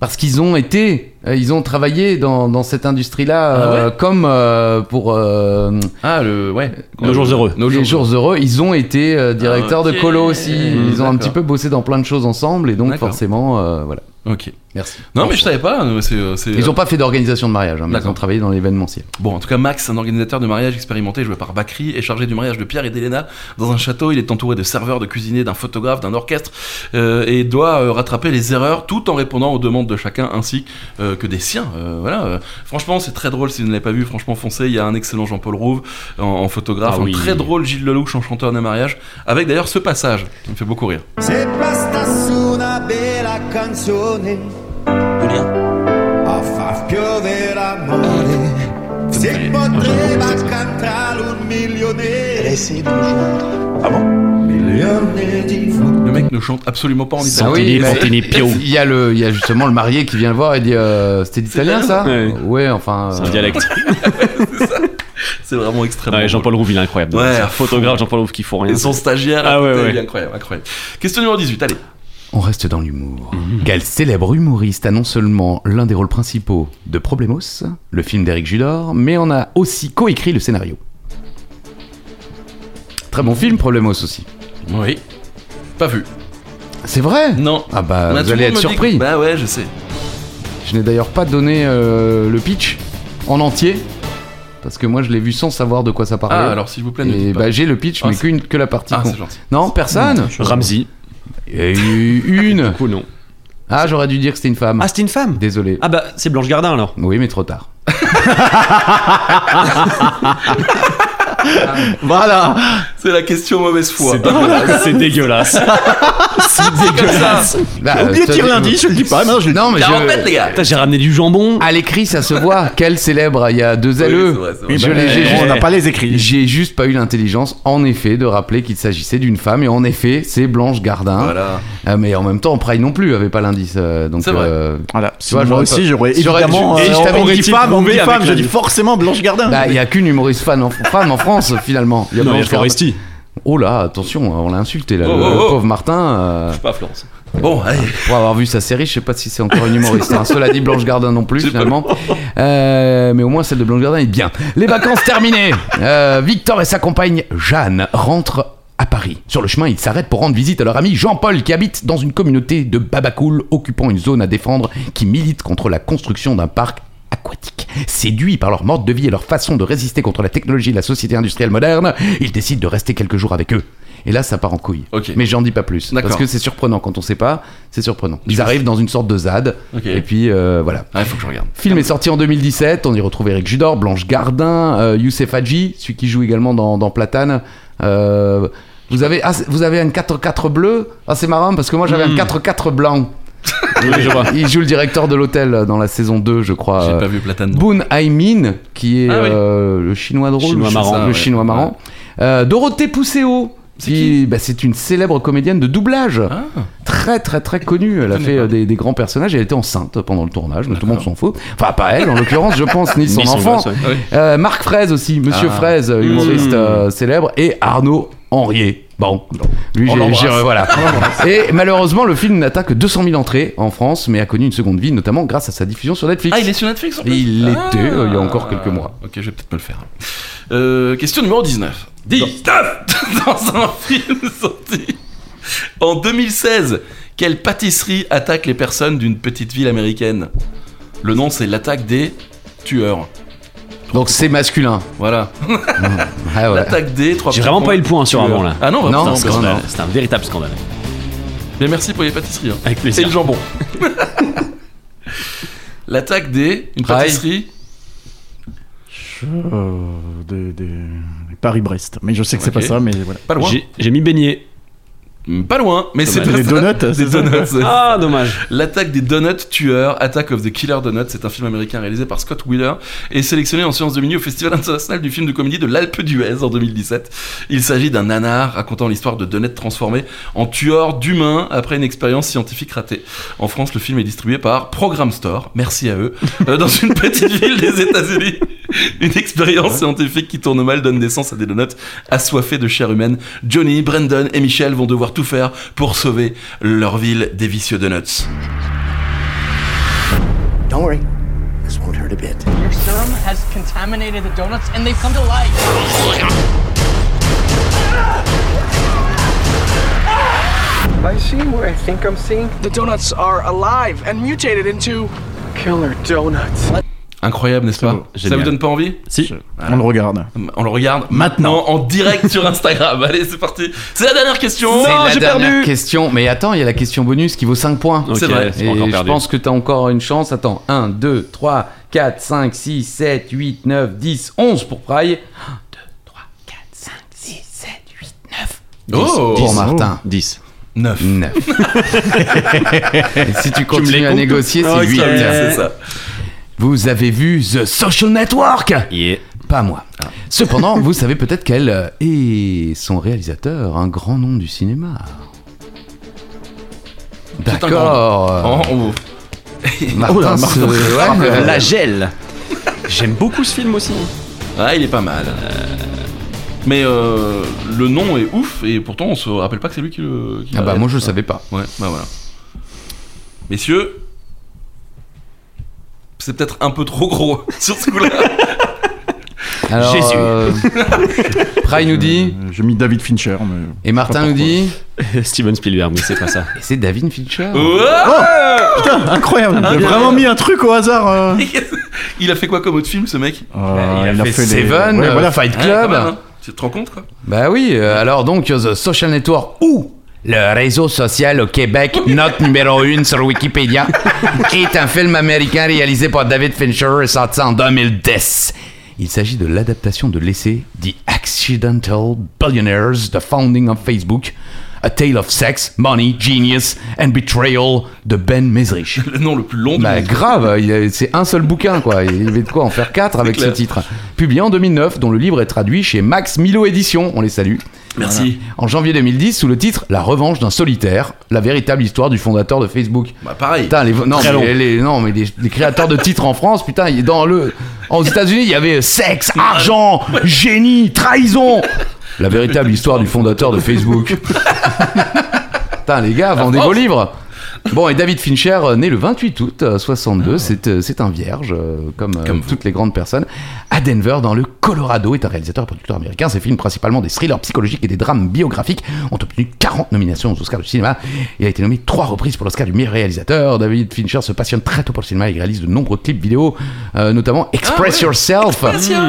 Speaker 3: Parce qu'ils ont été, euh, ils ont travaillé dans, dans cette industrie-là, euh, comme euh, pour euh,
Speaker 1: Ah, le. Ouais.
Speaker 5: Nos jours heureux.
Speaker 1: Nos Ah,
Speaker 3: les jours heureux. Ils ont été euh, directeurs
Speaker 1: ok.
Speaker 3: de colo aussi.
Speaker 1: Mmh,
Speaker 3: ils ont un
Speaker 1: d'accord.
Speaker 3: petit peu bossé dans plein de choses ensemble et donc
Speaker 1: D'accord.
Speaker 3: forcément, euh, voilà.
Speaker 1: Ok.
Speaker 3: Merci.
Speaker 1: Non, mais je savais pas. euh, c'est, euh, c'est,
Speaker 3: Ils
Speaker 1: euh,
Speaker 3: n'ont pas fait d'organisation de mariage, hein, mais ils
Speaker 1: D'accord. Bah
Speaker 3: ont travaillé dans l'événementiel.
Speaker 1: Bon, en tout cas, Max, un organisateur de mariage expérimenté joué par Bakri, est chargé du mariage de Pierre et d'Elena dans un château. Il est entouré de serveurs, de cuisiniers, d'un photographe, d'un orchestre euh, et doit euh, rattraper les erreurs tout en répondant aux demandes de chacun ainsi euh, que des siens. Euh, voilà. euh. franchement, c'est très drôle si vous ne l'avez pas vu. Franchement, foncez. Il y a un excellent Jean-Paul Rouve en, en photographe,
Speaker 5: Ah oui.
Speaker 1: un très drôle Gilles Lelouch en chanteur de mariage, avec d'ailleurs ce passage qui me fait beaucoup rire.
Speaker 6: Se basta su una bella canzone a far piovere amore, si poteva cantare un milione, milione di volte.
Speaker 1: Le mec ne chante absolument pas en italien.
Speaker 3: Ah oui,
Speaker 5: Santini,
Speaker 3: bah,
Speaker 1: (laughs)
Speaker 5: Santini, Pio.
Speaker 3: Il y, a le, il y a justement le marié qui vient le voir et dit euh, C'était d'italien ça
Speaker 5: Ouais.
Speaker 3: Ouais, enfin.
Speaker 5: C'est
Speaker 3: euh,
Speaker 5: un (laughs) dialecte.
Speaker 1: C'est vraiment extrêmement.
Speaker 5: Ouais,
Speaker 1: drôle.
Speaker 5: Jean-Paul Rouve, il est incroyable.
Speaker 1: Ouais,
Speaker 5: C'est un
Speaker 1: fou.
Speaker 5: photographe Jean-Paul Rouve qui faut rien.
Speaker 1: Et son stagiaire,
Speaker 5: Ah ouais,
Speaker 1: putain,
Speaker 5: ouais.
Speaker 1: il est incroyable, incroyable. Question numéro 18, allez.
Speaker 3: On reste dans l'humour.
Speaker 1: Mhm.
Speaker 3: Quel célèbre humoriste a non seulement l'un des rôles principaux de Problemos, le film d'Éric Judor, mais en a aussi coécrit le scénario. Très bon film, Problemos aussi.
Speaker 1: Oui. Pas vu.
Speaker 3: C'est vrai
Speaker 1: Non.
Speaker 3: Ah
Speaker 1: Bah,
Speaker 3: bah, vous
Speaker 1: tout le monde
Speaker 3: allez être
Speaker 1: me dit
Speaker 3: surpris.
Speaker 1: que- Bah ouais, je sais.
Speaker 3: Je n'ai d'ailleurs pas donné euh, le pitch en entier, parce que moi je l'ai vu sans savoir de quoi ça parlait.
Speaker 1: Ah, alors s'il vous plaît, ne
Speaker 3: Et
Speaker 1: dites pas.
Speaker 3: bah, j'ai le pitch,
Speaker 1: Ah,
Speaker 3: mais
Speaker 1: c'est-
Speaker 3: qu'une- que la partie.
Speaker 1: Ah,
Speaker 3: con.
Speaker 1: c'est gentil.
Speaker 3: non,
Speaker 5: Ah,
Speaker 3: personne
Speaker 5: Ramsey.
Speaker 3: Il y a eu une
Speaker 5: Cool, non.
Speaker 3: Ah, j'aurais dû dire que c'était une femme.
Speaker 5: Ah, c'était une femme
Speaker 3: Désolé.
Speaker 5: Ah bah, c'est Blanche Gardin alors.
Speaker 3: Oui, mais trop tard.
Speaker 4: Voilà
Speaker 1: C'est la question mauvaise foi.
Speaker 5: (laughs) dégueulasse. c'est (laughs) dégueulasse.
Speaker 1: C'est comme ça.
Speaker 3: Bah,
Speaker 4: J'ai oublié de
Speaker 3: t'as-
Speaker 4: tirer l'indice, je le dis pas, non, je le dis.
Speaker 3: Non, mais
Speaker 1: T'as en tête, les
Speaker 3: je...
Speaker 1: gars.
Speaker 5: Putain, J'ai ramené du jambon.
Speaker 3: À l'écrit, ça se voit. Quel célèbre, il y a deux
Speaker 1: Oui, c'est
Speaker 3: LE.
Speaker 1: vrai, c'est vrai.
Speaker 4: Oui,
Speaker 3: Je
Speaker 4: bah,
Speaker 3: l'ai- j'ai-
Speaker 4: On n'a pas les écrits.
Speaker 3: J'ai juste pas eu l'intelligence, en effet, de rappeler qu'il s'agissait d'une femme. Et en effet, c'est Blanche Gardin.
Speaker 1: Voilà.
Speaker 3: Ah, mais en même temps, Praille non plus avait pas l'indice. euh, donc,
Speaker 1: C'est vrai.
Speaker 3: euh,
Speaker 4: Voilà.
Speaker 3: Tu vois,
Speaker 4: moi
Speaker 3: j'aurais
Speaker 4: aussi,
Speaker 3: pas-
Speaker 4: j'aurais
Speaker 3: si j'aurais-
Speaker 4: évidemment.
Speaker 3: je- et
Speaker 4: euh,
Speaker 3: je t'avais
Speaker 4: on dit
Speaker 5: dit
Speaker 4: femme, on
Speaker 5: prouvé
Speaker 4: dit
Speaker 5: avec
Speaker 4: femme,
Speaker 5: la-
Speaker 4: j'ai dit forcément Blanche Gardin.
Speaker 3: bah, il y a qu'une humoriste fan en, femme en France, finalement. Il y a
Speaker 5: Non,
Speaker 3: Blanche
Speaker 5: il y a
Speaker 3: Gardin.
Speaker 5: Foresti.
Speaker 3: Oh là, attention, on l'a insulté, là,
Speaker 1: Oh,
Speaker 3: le
Speaker 1: oh, oh.
Speaker 3: pauvre Martin. euh,
Speaker 5: Pas Florence.
Speaker 1: Bon, allez.
Speaker 3: Pour avoir vu sa série, je sais pas si c'est encore une humoriste. hein. Cela dit, Blanche Gardin non plus,
Speaker 1: C'est pas
Speaker 3: finalement. Euh, mais au moins, celle de Blanche Gardin est bien. Les vacances terminées Euh, Victor et sa compagne Jeanne rentrent à Paris. Sur le chemin, ils s'arrêtent pour rendre visite à leur ami Jean-Paul qui habite dans une communauté de babacool occupant une zone à défendre qui milite contre la construction d'un parc aquatique. Séduits par leur mode de vie et leur façon de résister contre la technologie de la société industrielle moderne, ils décident de rester quelques jours avec eux. Et là, ça part en couille.
Speaker 1: Ok.
Speaker 3: Mais j'en dis pas plus.
Speaker 1: D'accord.
Speaker 3: Parce que c'est surprenant quand on sait pas, c'est surprenant.
Speaker 1: Je
Speaker 3: Ils
Speaker 1: sais.
Speaker 3: arrivent dans une sorte de ZAD
Speaker 1: Ok.
Speaker 3: et puis euh, voilà.
Speaker 1: Ah, il faut que je regarde.
Speaker 3: Le film est sorti en 2017, on y retrouve Eric Judor, Blanche Gardin, euh, Youssef Hadji, celui qui joue également dans, dans Platane. Euh, vous avez, ah, c'est- vous avez un 4-4 bleu Ah, c'est marrant parce que moi
Speaker 1: Hmm.
Speaker 3: j'avais un 4-4 blanc.
Speaker 5: Oui, je vois.
Speaker 3: Il joue le directeur de l'hôtel euh, dans la saison 2, je crois.
Speaker 1: J'ai
Speaker 3: Euh,
Speaker 1: pas vu Platane. non.
Speaker 3: Boon Aimin, qui est
Speaker 1: Ah oui.
Speaker 3: euh, le chinois drôle,
Speaker 5: Chinois
Speaker 3: le
Speaker 5: marrant,
Speaker 3: le
Speaker 1: ouais.
Speaker 3: chinois marrant. Euh, Dorothée Pousséo,
Speaker 1: C'est
Speaker 3: qui bah, c'est une célèbre comédienne de doublage,
Speaker 1: Ah,
Speaker 3: très très très connue. Elle a
Speaker 1: connais
Speaker 3: fait
Speaker 1: pas.
Speaker 3: euh, des, des grands personnages et elle était enceinte pendant le tournage, mais tout le monde s'en fout. Enfin, pas elle en l'occurrence, je pense,
Speaker 1: (laughs)
Speaker 3: ni son
Speaker 5: Ni
Speaker 3: enfant.
Speaker 5: gosse, ouais.
Speaker 1: ah oui.
Speaker 3: Euh, Marc Fraise aussi, Monsieur
Speaker 1: Ah.
Speaker 3: Fraise, euh, humoriste euh, célèbre, et Arnaud Henriet. Bon, lui,
Speaker 1: (laughs) On
Speaker 3: j'ai-
Speaker 1: l'embrasse.
Speaker 3: j'ai- euh, voilà. Et malheureusement, le film n'atteint que 200 000 entrées en France, mais a connu une seconde vie, notamment grâce à sa diffusion sur Netflix.
Speaker 1: Ah, il est sur Netflix en plus
Speaker 3: Il
Speaker 1: Ah.
Speaker 3: l'était, euh, il y a encore quelques mois.
Speaker 1: Ok, je vais peut-être me le faire. Euh, question numéro 19. 19 (laughs) Dans un film sorti en 2016, quelle pâtisserie attaque les personnes d'une petite ville américaine Le nom, c'est l'attaque des tueurs.
Speaker 3: Donc c'est masculin.
Speaker 1: Voilà.
Speaker 3: Ah ouais.
Speaker 1: L'attaque des trois
Speaker 5: J'ai
Speaker 1: petits
Speaker 5: vraiment
Speaker 1: points.
Speaker 5: pas eu le point sur avant là.
Speaker 1: Ah non,
Speaker 3: Non,
Speaker 1: non,
Speaker 3: c'est
Speaker 5: C'est un
Speaker 3: non, non.
Speaker 5: scandale. C'est un véritable scandale.
Speaker 1: Mais merci pour les pâtisseries. hein.
Speaker 5: Avec
Speaker 1: Et
Speaker 5: plaisir.
Speaker 1: le jambon. L'attaque des. Une
Speaker 3: Rail.
Speaker 1: pâtisserie.
Speaker 4: Euh, des- des- Paris-Brest. Mais je sais que c'est
Speaker 1: Ok.
Speaker 4: pas ça, mais voilà.
Speaker 1: Pas loin.
Speaker 5: J'ai- J'ai mis beignet.
Speaker 1: Hmm, Pas loin, mais c'est
Speaker 5: Dommage.
Speaker 1: pas
Speaker 4: Des
Speaker 1: ça.
Speaker 4: donuts,
Speaker 1: Des
Speaker 4: c'est ça
Speaker 1: donuts. c'est
Speaker 5: Ah, dommage.
Speaker 1: L'attaque des donuts tueurs, Attack of the Killer Donuts, c'est un film américain réalisé par Scott Wheeler et sélectionné en séance de minuit au Festival international du film de comédie de l'Alpe d'Huez en 2017. Il s'agit d'un nanar racontant l'histoire de donuts transformés en tueurs d'humains après une expérience scientifique ratée. En France, le film est distribué par Program Store, merci à eux, (laughs) euh, dans une petite ville des États-Unis. Une expérience scientifique qui tourne mal donne naissance à des donuts assoiffés de chair humaine. Johnny, Brandon et Michel vont devoir tout faire pour sauver leur ville des vicieux donuts.
Speaker 7: Don't worry, this won't hurt a bit.
Speaker 8: Your serum has contaminated the donuts and they've come to life.
Speaker 9: I see what I think I'm seeing. The donuts are alive and mutated into killer donuts.
Speaker 1: Incroyable, n'est-ce pas
Speaker 4: beau.
Speaker 1: Ça vous
Speaker 5: Génial.
Speaker 1: donne pas envie
Speaker 5: Si.
Speaker 4: On le regarde.
Speaker 1: On le regarde
Speaker 4: Maintenant.
Speaker 1: en direct sur Instagram. (laughs) Allez, c'est parti. C'est la dernière question.
Speaker 3: C'est la dernière question. Mais attends, il y a la question bonus qui vaut 5 points.
Speaker 5: Ok,
Speaker 1: C'est vrai.
Speaker 5: c'est
Speaker 3: Et
Speaker 5: pas encore
Speaker 3: je
Speaker 5: perdu.
Speaker 3: pense que t'as encore une chance. Attends, 1, 2, 3, 4, 5, 6, 7, 8, 9, 10, 11 pour Praille. 1, 2, 3, 4, 5, 6, 7, 8, 9.
Speaker 1: Oh.
Speaker 3: pour Martin.
Speaker 5: 10.
Speaker 1: 9. (laughs)
Speaker 3: 9. Et si tu continues à négocier, c'est 8.
Speaker 1: Oh, C'est Ah, ça.
Speaker 3: Vous avez vu The Social Network
Speaker 5: Yeah.
Speaker 3: Pas moi. Cependant, vous savez peut-être qu'elle euh, est son réalisateur, un grand nom du cinéma.
Speaker 1: grand
Speaker 3: D'accord.
Speaker 1: Oh, oh.
Speaker 3: Martin,
Speaker 4: Oh là,
Speaker 3: se-
Speaker 4: Martin.
Speaker 3: Ah, ouais, mais-
Speaker 5: La gel. J'aime beaucoup ce film aussi.
Speaker 1: Ah, il est pas mal. Mais euh, le nom est ouf et pourtant on se rappelle pas que c'est lui qui le. qui
Speaker 3: Ah
Speaker 1: l'a
Speaker 3: bah
Speaker 1: réalisé.
Speaker 3: moi je savais pas.
Speaker 1: Ouais, bah voilà. Messieurs, c'est peut-être un peu trop gros (laughs) sur ce
Speaker 3: (laughs)
Speaker 1: coup-là.
Speaker 3: Alors,
Speaker 5: Jésus.
Speaker 3: (laughs) euh, Pry nous dit
Speaker 4: Euh, J'ai mis David Fincher. Mais...
Speaker 3: et Martin
Speaker 4: pas
Speaker 3: nous dit.
Speaker 5: (laughs) Steven Spielberg, mais c'est pas ça.
Speaker 3: Et c'est David
Speaker 1: Oh
Speaker 3: Fincher.
Speaker 1: Ouais.
Speaker 4: (laughs)
Speaker 3: Oh.
Speaker 4: Incroyable, il a vraiment mis un truc au hasard. euh.
Speaker 1: il a fait quoi comme autre film, ce mec
Speaker 4: Euh,
Speaker 3: Il a fait
Speaker 4: les-
Speaker 3: Seven,
Speaker 4: Ouais,
Speaker 3: euh,
Speaker 4: voilà.
Speaker 3: Fight
Speaker 1: Ouais,
Speaker 3: Club.
Speaker 1: quand même, hein. Tu te rends compte quoi
Speaker 3: Bah oui, euh, alors donc The Social Network ou le réseau social au Québec, note numéro 1 sur Wikipédia, est un film américain réalisé par David Fincher et sorti en 2010. Il s'agit de l'adaptation de l'essai The Accidental Billionaires, The Founding of Facebook, A Tale of Sex, Money, Genius and Betrayal de Ben Mesrich.
Speaker 1: Le nom le plus long du
Speaker 3: Bah
Speaker 1: monde.
Speaker 3: grave, il a- c'est un seul bouquin quoi. Il y avait de quoi en faire quatre avec ce
Speaker 1: clair.
Speaker 3: titre. Publié en 2009, dont le livre est traduit chez Max Milo Édition. On les salue.
Speaker 1: Merci.
Speaker 3: En janvier 2010, sous le titre La revanche d'un solitaire, la véritable histoire du fondateur de Facebook.
Speaker 1: Bah pareil.
Speaker 3: Putain, les, non,
Speaker 5: Très long.
Speaker 3: mais, les, non, mais les, les créateurs de titres en France, putain, il- dans le, aux États-Unis, il y avait sexe, argent, génie, trahison. La véritable histoire du fondateur de Facebook. putain, les gars, vendez vos livres. Bon, et David Fincher, euh, né le 28 août euh, 62, c'est, euh, c'est un vierge, euh, comme, euh,
Speaker 1: Ah. Comme vous.
Speaker 3: toutes les grandes personnes, à Denver, dans le Colorado, est un réalisateur et producteur américain. Ses films, principalement des thrillers psychologiques et des drames biographiques, ont obtenu 40 nominations aux Oscars du cinéma. Il a été nommé trois reprises pour l'Oscar du meilleur réalisateur. David Fincher se passionne très tôt pour le cinéma et réalise de nombreux clips vidéo, euh, notamment Express
Speaker 1: Ah ouais.
Speaker 3: Yourself Hmm.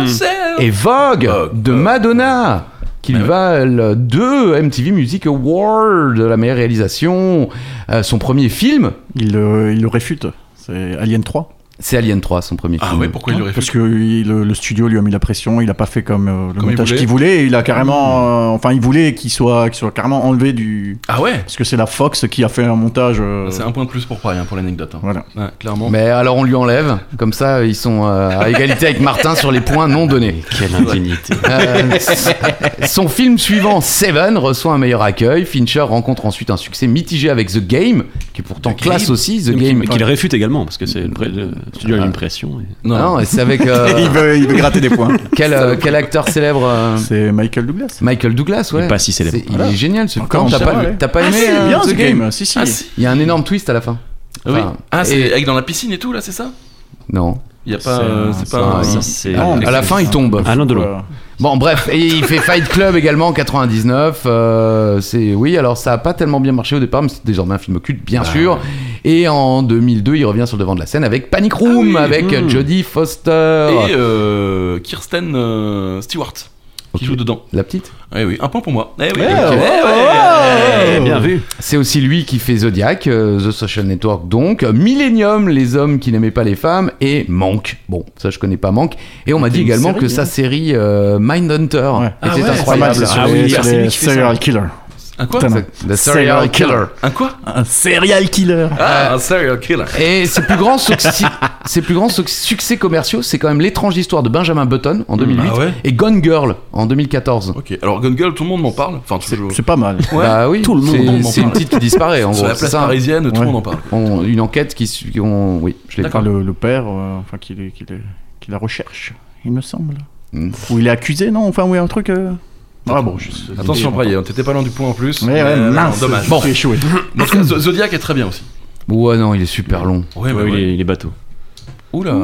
Speaker 3: et Vogue de Madonna qui lui valent deux MTV Music Awards de la meilleure réalisation. Euh, son premier film,
Speaker 4: Il, le- il le réfute. C'est Alien 3.
Speaker 3: c'est Alien 3, son premier
Speaker 1: Ah
Speaker 3: film.
Speaker 1: ouais, pourquoi il l'aurait fait
Speaker 4: Parce que il- le, le studio lui a mis la pression, il a pas fait comme euh, le
Speaker 1: Comme il
Speaker 4: montage
Speaker 1: voulait. Mmh.
Speaker 4: qu'il voulait. Il a carrément, euh, enfin, il voulait qu'il soit, qu'il soit carrément enlevé du.
Speaker 1: Ah ouais
Speaker 4: Parce que c'est la Fox qui a fait un montage. euh,
Speaker 3: Ah,
Speaker 1: C'est un point de plus pour Paris, hein, pour l'anecdote. hein.
Speaker 4: Voilà.
Speaker 1: Ouais, clairement.
Speaker 3: Mais alors on lui enlève, comme ça ils sont euh, à égalité avec Martin sur les points non donnés.
Speaker 5: Quelle indignité.
Speaker 3: (laughs) Euh, son film suivant, Seven, reçoit un meilleur accueil. Fincher rencontre ensuite un succès mitigé avec The Game, qui est pourtant classe aussi. The Game.
Speaker 5: Qu'il qu'il réfute également, parce que c'est le, pré- le studio a une pression. et-
Speaker 3: Non,
Speaker 1: Ah,
Speaker 3: non, et c'est avec euh,
Speaker 4: (laughs) (laughs) il, veut, il veut gratter
Speaker 3: (laughs)
Speaker 4: des points.
Speaker 3: quel, euh, quel acteur célèbre euh,
Speaker 4: C'est Michael Douglas.
Speaker 3: Michael Douglas, ouais.
Speaker 5: Il est pas si célèbre.
Speaker 3: C'est- Il
Speaker 4: Voilà.
Speaker 3: est génial ce
Speaker 4: Encore
Speaker 3: film. T'as
Speaker 4: en
Speaker 3: pas,
Speaker 4: chaleur,
Speaker 3: vu-
Speaker 4: ouais.
Speaker 3: t'as pas
Speaker 4: Ah,
Speaker 3: aimé
Speaker 4: si,
Speaker 3: euh,
Speaker 4: bien
Speaker 3: The
Speaker 4: ce
Speaker 3: Game,
Speaker 4: game. Si, si.
Speaker 1: Ah, si.
Speaker 3: Il y a un énorme twist à la fin.
Speaker 1: Oui.
Speaker 3: Enfin,
Speaker 1: ah, c'est
Speaker 3: et-
Speaker 1: avec dans la piscine et tout, là, c'est ça
Speaker 3: Non.
Speaker 1: Il y a pas.
Speaker 5: C'est-
Speaker 1: euh, C'est
Speaker 5: c'est
Speaker 1: pas.
Speaker 5: un-
Speaker 1: un-
Speaker 5: ça, c'est-
Speaker 4: Ah,
Speaker 3: à la fin, il tombe.
Speaker 5: Alain Delon.
Speaker 4: Voilà.
Speaker 3: Bon, bref, et il fait Fight Club également en 99. euh, c'est oui, alors ça a pas tellement bien marché au départ, mais c'est désormais un film culte, bien sûr. Et en 2002, il revient sur le devant de la scène avec Panic Room, avec Jodie Foster,
Speaker 1: Et euh, Kirsten euh, Stewart qui joue dedans.
Speaker 3: la petite.
Speaker 1: Eh oui, un point pour moi. Eh oui.
Speaker 4: Ouais,
Speaker 1: ok.
Speaker 4: ouais,
Speaker 1: Eh ouais.
Speaker 5: Eh,
Speaker 4: Oh.
Speaker 5: bien vu.
Speaker 3: C'est aussi lui qui fait Zodiac, euh, The Social Network, donc euh, Millennium, les hommes qui n'aimaient pas les femmes, et Monk. Bon, ça je connais pas Monk. Et on m'a dit
Speaker 4: une
Speaker 3: également
Speaker 4: série,
Speaker 3: que
Speaker 4: hein.
Speaker 3: sa série euh, Mindhunter
Speaker 4: Ouais.
Speaker 3: était
Speaker 1: Ah ouais, c'est
Speaker 4: Pas mal,
Speaker 3: incroyable.
Speaker 4: c'est sur
Speaker 5: Ah
Speaker 4: les-
Speaker 5: oui,
Speaker 4: sur
Speaker 5: c'est lui
Speaker 4: les
Speaker 5: qui fait ça.
Speaker 4: serial killer.
Speaker 1: Un quoi
Speaker 4: Putain.
Speaker 3: The Serial Killer.
Speaker 1: Un quoi
Speaker 4: Un serial killer.
Speaker 1: Ah, un serial killer.
Speaker 3: Et ses plus grands succès, ses plus grands suc- succès commerciaux, c'est quand même L'étrange histoire de Benjamin Button en 2008
Speaker 1: Ah ouais
Speaker 3: et Gone Girl en 2014.
Speaker 1: Ok, alors Gun Girl, tout le monde m'en parle. Enfin, toujours.
Speaker 4: C'est pas mal.
Speaker 3: Bah oui,
Speaker 1: Tout le monde
Speaker 3: c'est-
Speaker 1: en
Speaker 3: c'est une
Speaker 1: parle.
Speaker 3: petite qui disparaît
Speaker 1: (laughs)
Speaker 3: en
Speaker 1: Sur
Speaker 3: gros.
Speaker 1: la
Speaker 3: c'est
Speaker 1: place
Speaker 3: ça.
Speaker 1: parisienne, tout le
Speaker 4: Ouais.
Speaker 1: monde en parle.
Speaker 3: On- une enquête qui, su- qui- on- oui, je l'ai
Speaker 4: Enfin, le, le père, euh, enfin, qui, les- qui les- qui la recherche, il me semble.
Speaker 3: Mm.
Speaker 4: Ou il est accusé, non Enfin, oui, un truc. euh, Ah bon, je sais-
Speaker 1: Attention, Braille, hein, t'étais pas loin du point en plus.
Speaker 4: Ouais, ouais,
Speaker 1: Euh, non,
Speaker 4: mince.
Speaker 1: Dommage.
Speaker 4: Bon, échoué.
Speaker 1: En tout cas, Z- Zodiac est très bien aussi.
Speaker 3: Ouais non, il est super long.
Speaker 1: Ouais,
Speaker 5: Ouais, Il est- il est bateau.
Speaker 3: Oula.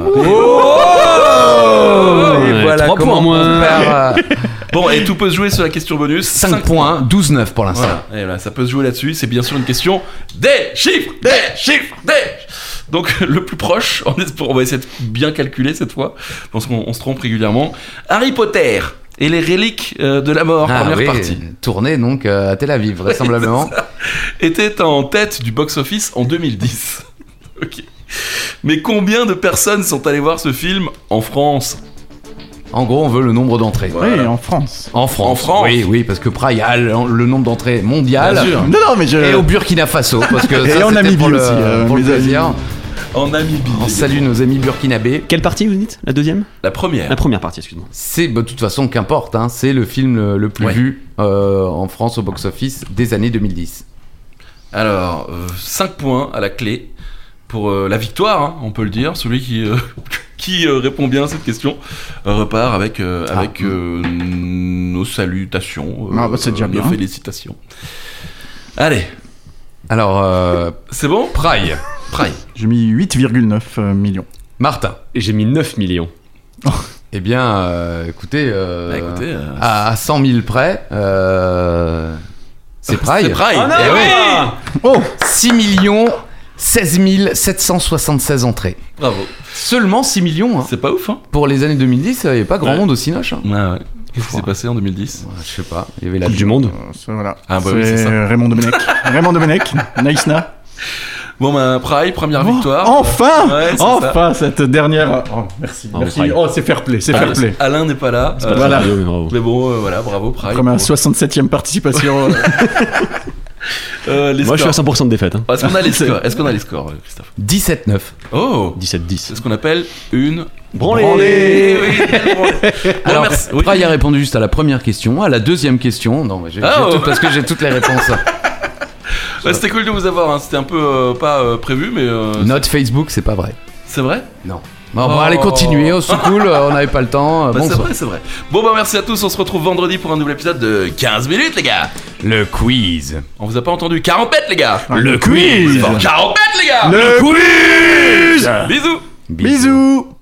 Speaker 5: Ouais, trois
Speaker 3: Oh comment
Speaker 5: points moins.
Speaker 3: on perd, euh,
Speaker 1: (laughs) Bon, et tout peut se jouer sur la question bonus.
Speaker 3: 5 points, 12-9 pour l'instant.
Speaker 1: Voilà. Et voilà, ça peut se jouer là-dessus. C'est bien sûr une question des chiffres, des chiffres, des. Donc (laughs) le plus proche, en espérant- on va essayer de bien calculer cette fois, parce qu'on on se trompe régulièrement. Harry Potter et les reliques euh, de la mort,
Speaker 3: Ah
Speaker 1: première
Speaker 3: oui,
Speaker 1: partie,
Speaker 3: tournée donc euh, à Tel Aviv vraisemblablement.
Speaker 1: était en tête du box-office en 2010. (laughs) ok. Mais combien de personnes sont allées voir ce film en France
Speaker 3: en gros, on veut le nombre d'entrées.
Speaker 4: Oui, en France.
Speaker 3: En France.
Speaker 1: En France.
Speaker 3: Oui, oui, parce que Prague a le le nombre d'entrées mondial.
Speaker 1: Bien sûr.
Speaker 4: Non, non, mais je.
Speaker 3: Et au Burkina Faso, parce que
Speaker 4: Euh. Et
Speaker 3: ça,
Speaker 4: en
Speaker 3: c'était
Speaker 4: Namibie
Speaker 3: pour le,
Speaker 4: aussi, euh,
Speaker 3: pour le
Speaker 4: mes amis.
Speaker 3: plaisir.
Speaker 1: En Namibie.
Speaker 3: On
Speaker 1: les
Speaker 3: salue
Speaker 1: gars.
Speaker 3: nos amis burkinabés.
Speaker 5: Quelle partie vous dites La deuxième
Speaker 1: La première.
Speaker 5: La première partie, excuse-moi.
Speaker 3: C'est bah, de toute façon qu'importe, hein, c'est le film le, le plus
Speaker 1: Ouais.
Speaker 3: vu euh, en France au box-office des années 2010.
Speaker 1: Alors, 5 points à la clé pour euh, la victoire, hein, on peut le dire. Celui qui, euh, (laughs) qui euh, répond bien à cette question euh, repart avec, euh,
Speaker 3: Ah.
Speaker 1: avec euh, nos salutations, euh,
Speaker 4: Ah, bah, c'est déjà
Speaker 1: nos
Speaker 4: bien.
Speaker 1: félicitations. Allez,
Speaker 3: Alors, euh,
Speaker 1: c'est bon
Speaker 3: Praille,
Speaker 1: Prime.
Speaker 4: J'ai mis 8,9 euh, millions.
Speaker 3: Martin.
Speaker 5: Et j'ai mis 9 millions.
Speaker 3: Eh bien, euh, écoutez, euh,
Speaker 1: Bah, écoutez, euh,
Speaker 3: à, à 100 000 près, euh, c'est
Speaker 1: (laughs)
Speaker 3: Praille.
Speaker 1: c'est Prime. Eh oui.
Speaker 4: Oh
Speaker 3: 6 millions 16 776 entrées.
Speaker 1: Bravo.
Speaker 3: Seulement 6 millions. hein.
Speaker 1: C'est pas ouf, hein
Speaker 3: Pour les années 2010, il n'y avait pas grand
Speaker 5: Ouais.
Speaker 3: monde aussi noche. hein.
Speaker 1: ah, ouais. Qu'est-ce qui s'est passé en 2010
Speaker 3: Ouais, Je sais pas, il y avait la
Speaker 5: Coupe du monde.
Speaker 4: Euh, ça, Voilà.
Speaker 1: Ah, bah oui, c'est ça.
Speaker 4: euh, Raymond Domenech. Raymond Domenech, Naïsna.
Speaker 1: Bon, bah, Prime, première victoire.
Speaker 4: oh, enfin
Speaker 1: Ouais, c'est
Speaker 4: Enfin, cette dernière. Oh, merci.
Speaker 5: Oh,
Speaker 4: merci.
Speaker 5: Prime.
Speaker 4: Oh, c'est fair play, c'est fair play.
Speaker 1: Euh, Alain n'est pas là. euh,
Speaker 4: Voilà.
Speaker 5: Ah oui, bravo.
Speaker 1: Mais bon, euh, voilà, bravo Prime.
Speaker 4: Comme ma
Speaker 1: Bon.
Speaker 4: 67e (laughs) participation.
Speaker 1: Euh, les
Speaker 5: Moi, je suis à
Speaker 1: scores.
Speaker 5: 100% de défaite. hein.
Speaker 1: Est-ce qu'on a les scores Est-ce qu'on a les scores, euh, Christophe
Speaker 3: 17-9.
Speaker 1: Oh
Speaker 5: 17-10.
Speaker 1: C'est ce qu'on appelle une
Speaker 5: Branlée.
Speaker 1: branlée. Oui,
Speaker 4: (laughs)
Speaker 1: une branlée. Bon,
Speaker 3: Alors,
Speaker 1: merci. Oui.
Speaker 3: Praille a répondu juste à la première question, à la deuxième question. Non, mais j'ai- j'ai
Speaker 1: Oh.
Speaker 3: tout- parce que j'ai toutes
Speaker 1: (laughs)
Speaker 3: les réponses.
Speaker 1: Ouais, Bah, C'était cool de vous avoir. hein. C'était un peu euh, pas euh, prévu, mais euh,
Speaker 3: Note Facebook, c'est pas vrai.
Speaker 1: c'est vrai.
Speaker 3: Non. Bon, bon,
Speaker 1: Oh.
Speaker 3: allez, continuez, oh, c'est cool, euh, on n'avait pas le
Speaker 4: Ah
Speaker 3: temps. euh,
Speaker 1: Bah,
Speaker 3: bon,
Speaker 1: c'est vrai, c'est vrai. Bon, bah merci à tous, on se retrouve vendredi pour un nouvel épisode de 15 minutes, les gars.
Speaker 3: Le quiz.
Speaker 1: On vous a pas entendu 40 mètres, les gars.
Speaker 4: Le quiz
Speaker 1: 40 mètres, les gars.
Speaker 4: Le quiz
Speaker 1: Bisous.
Speaker 4: Bisous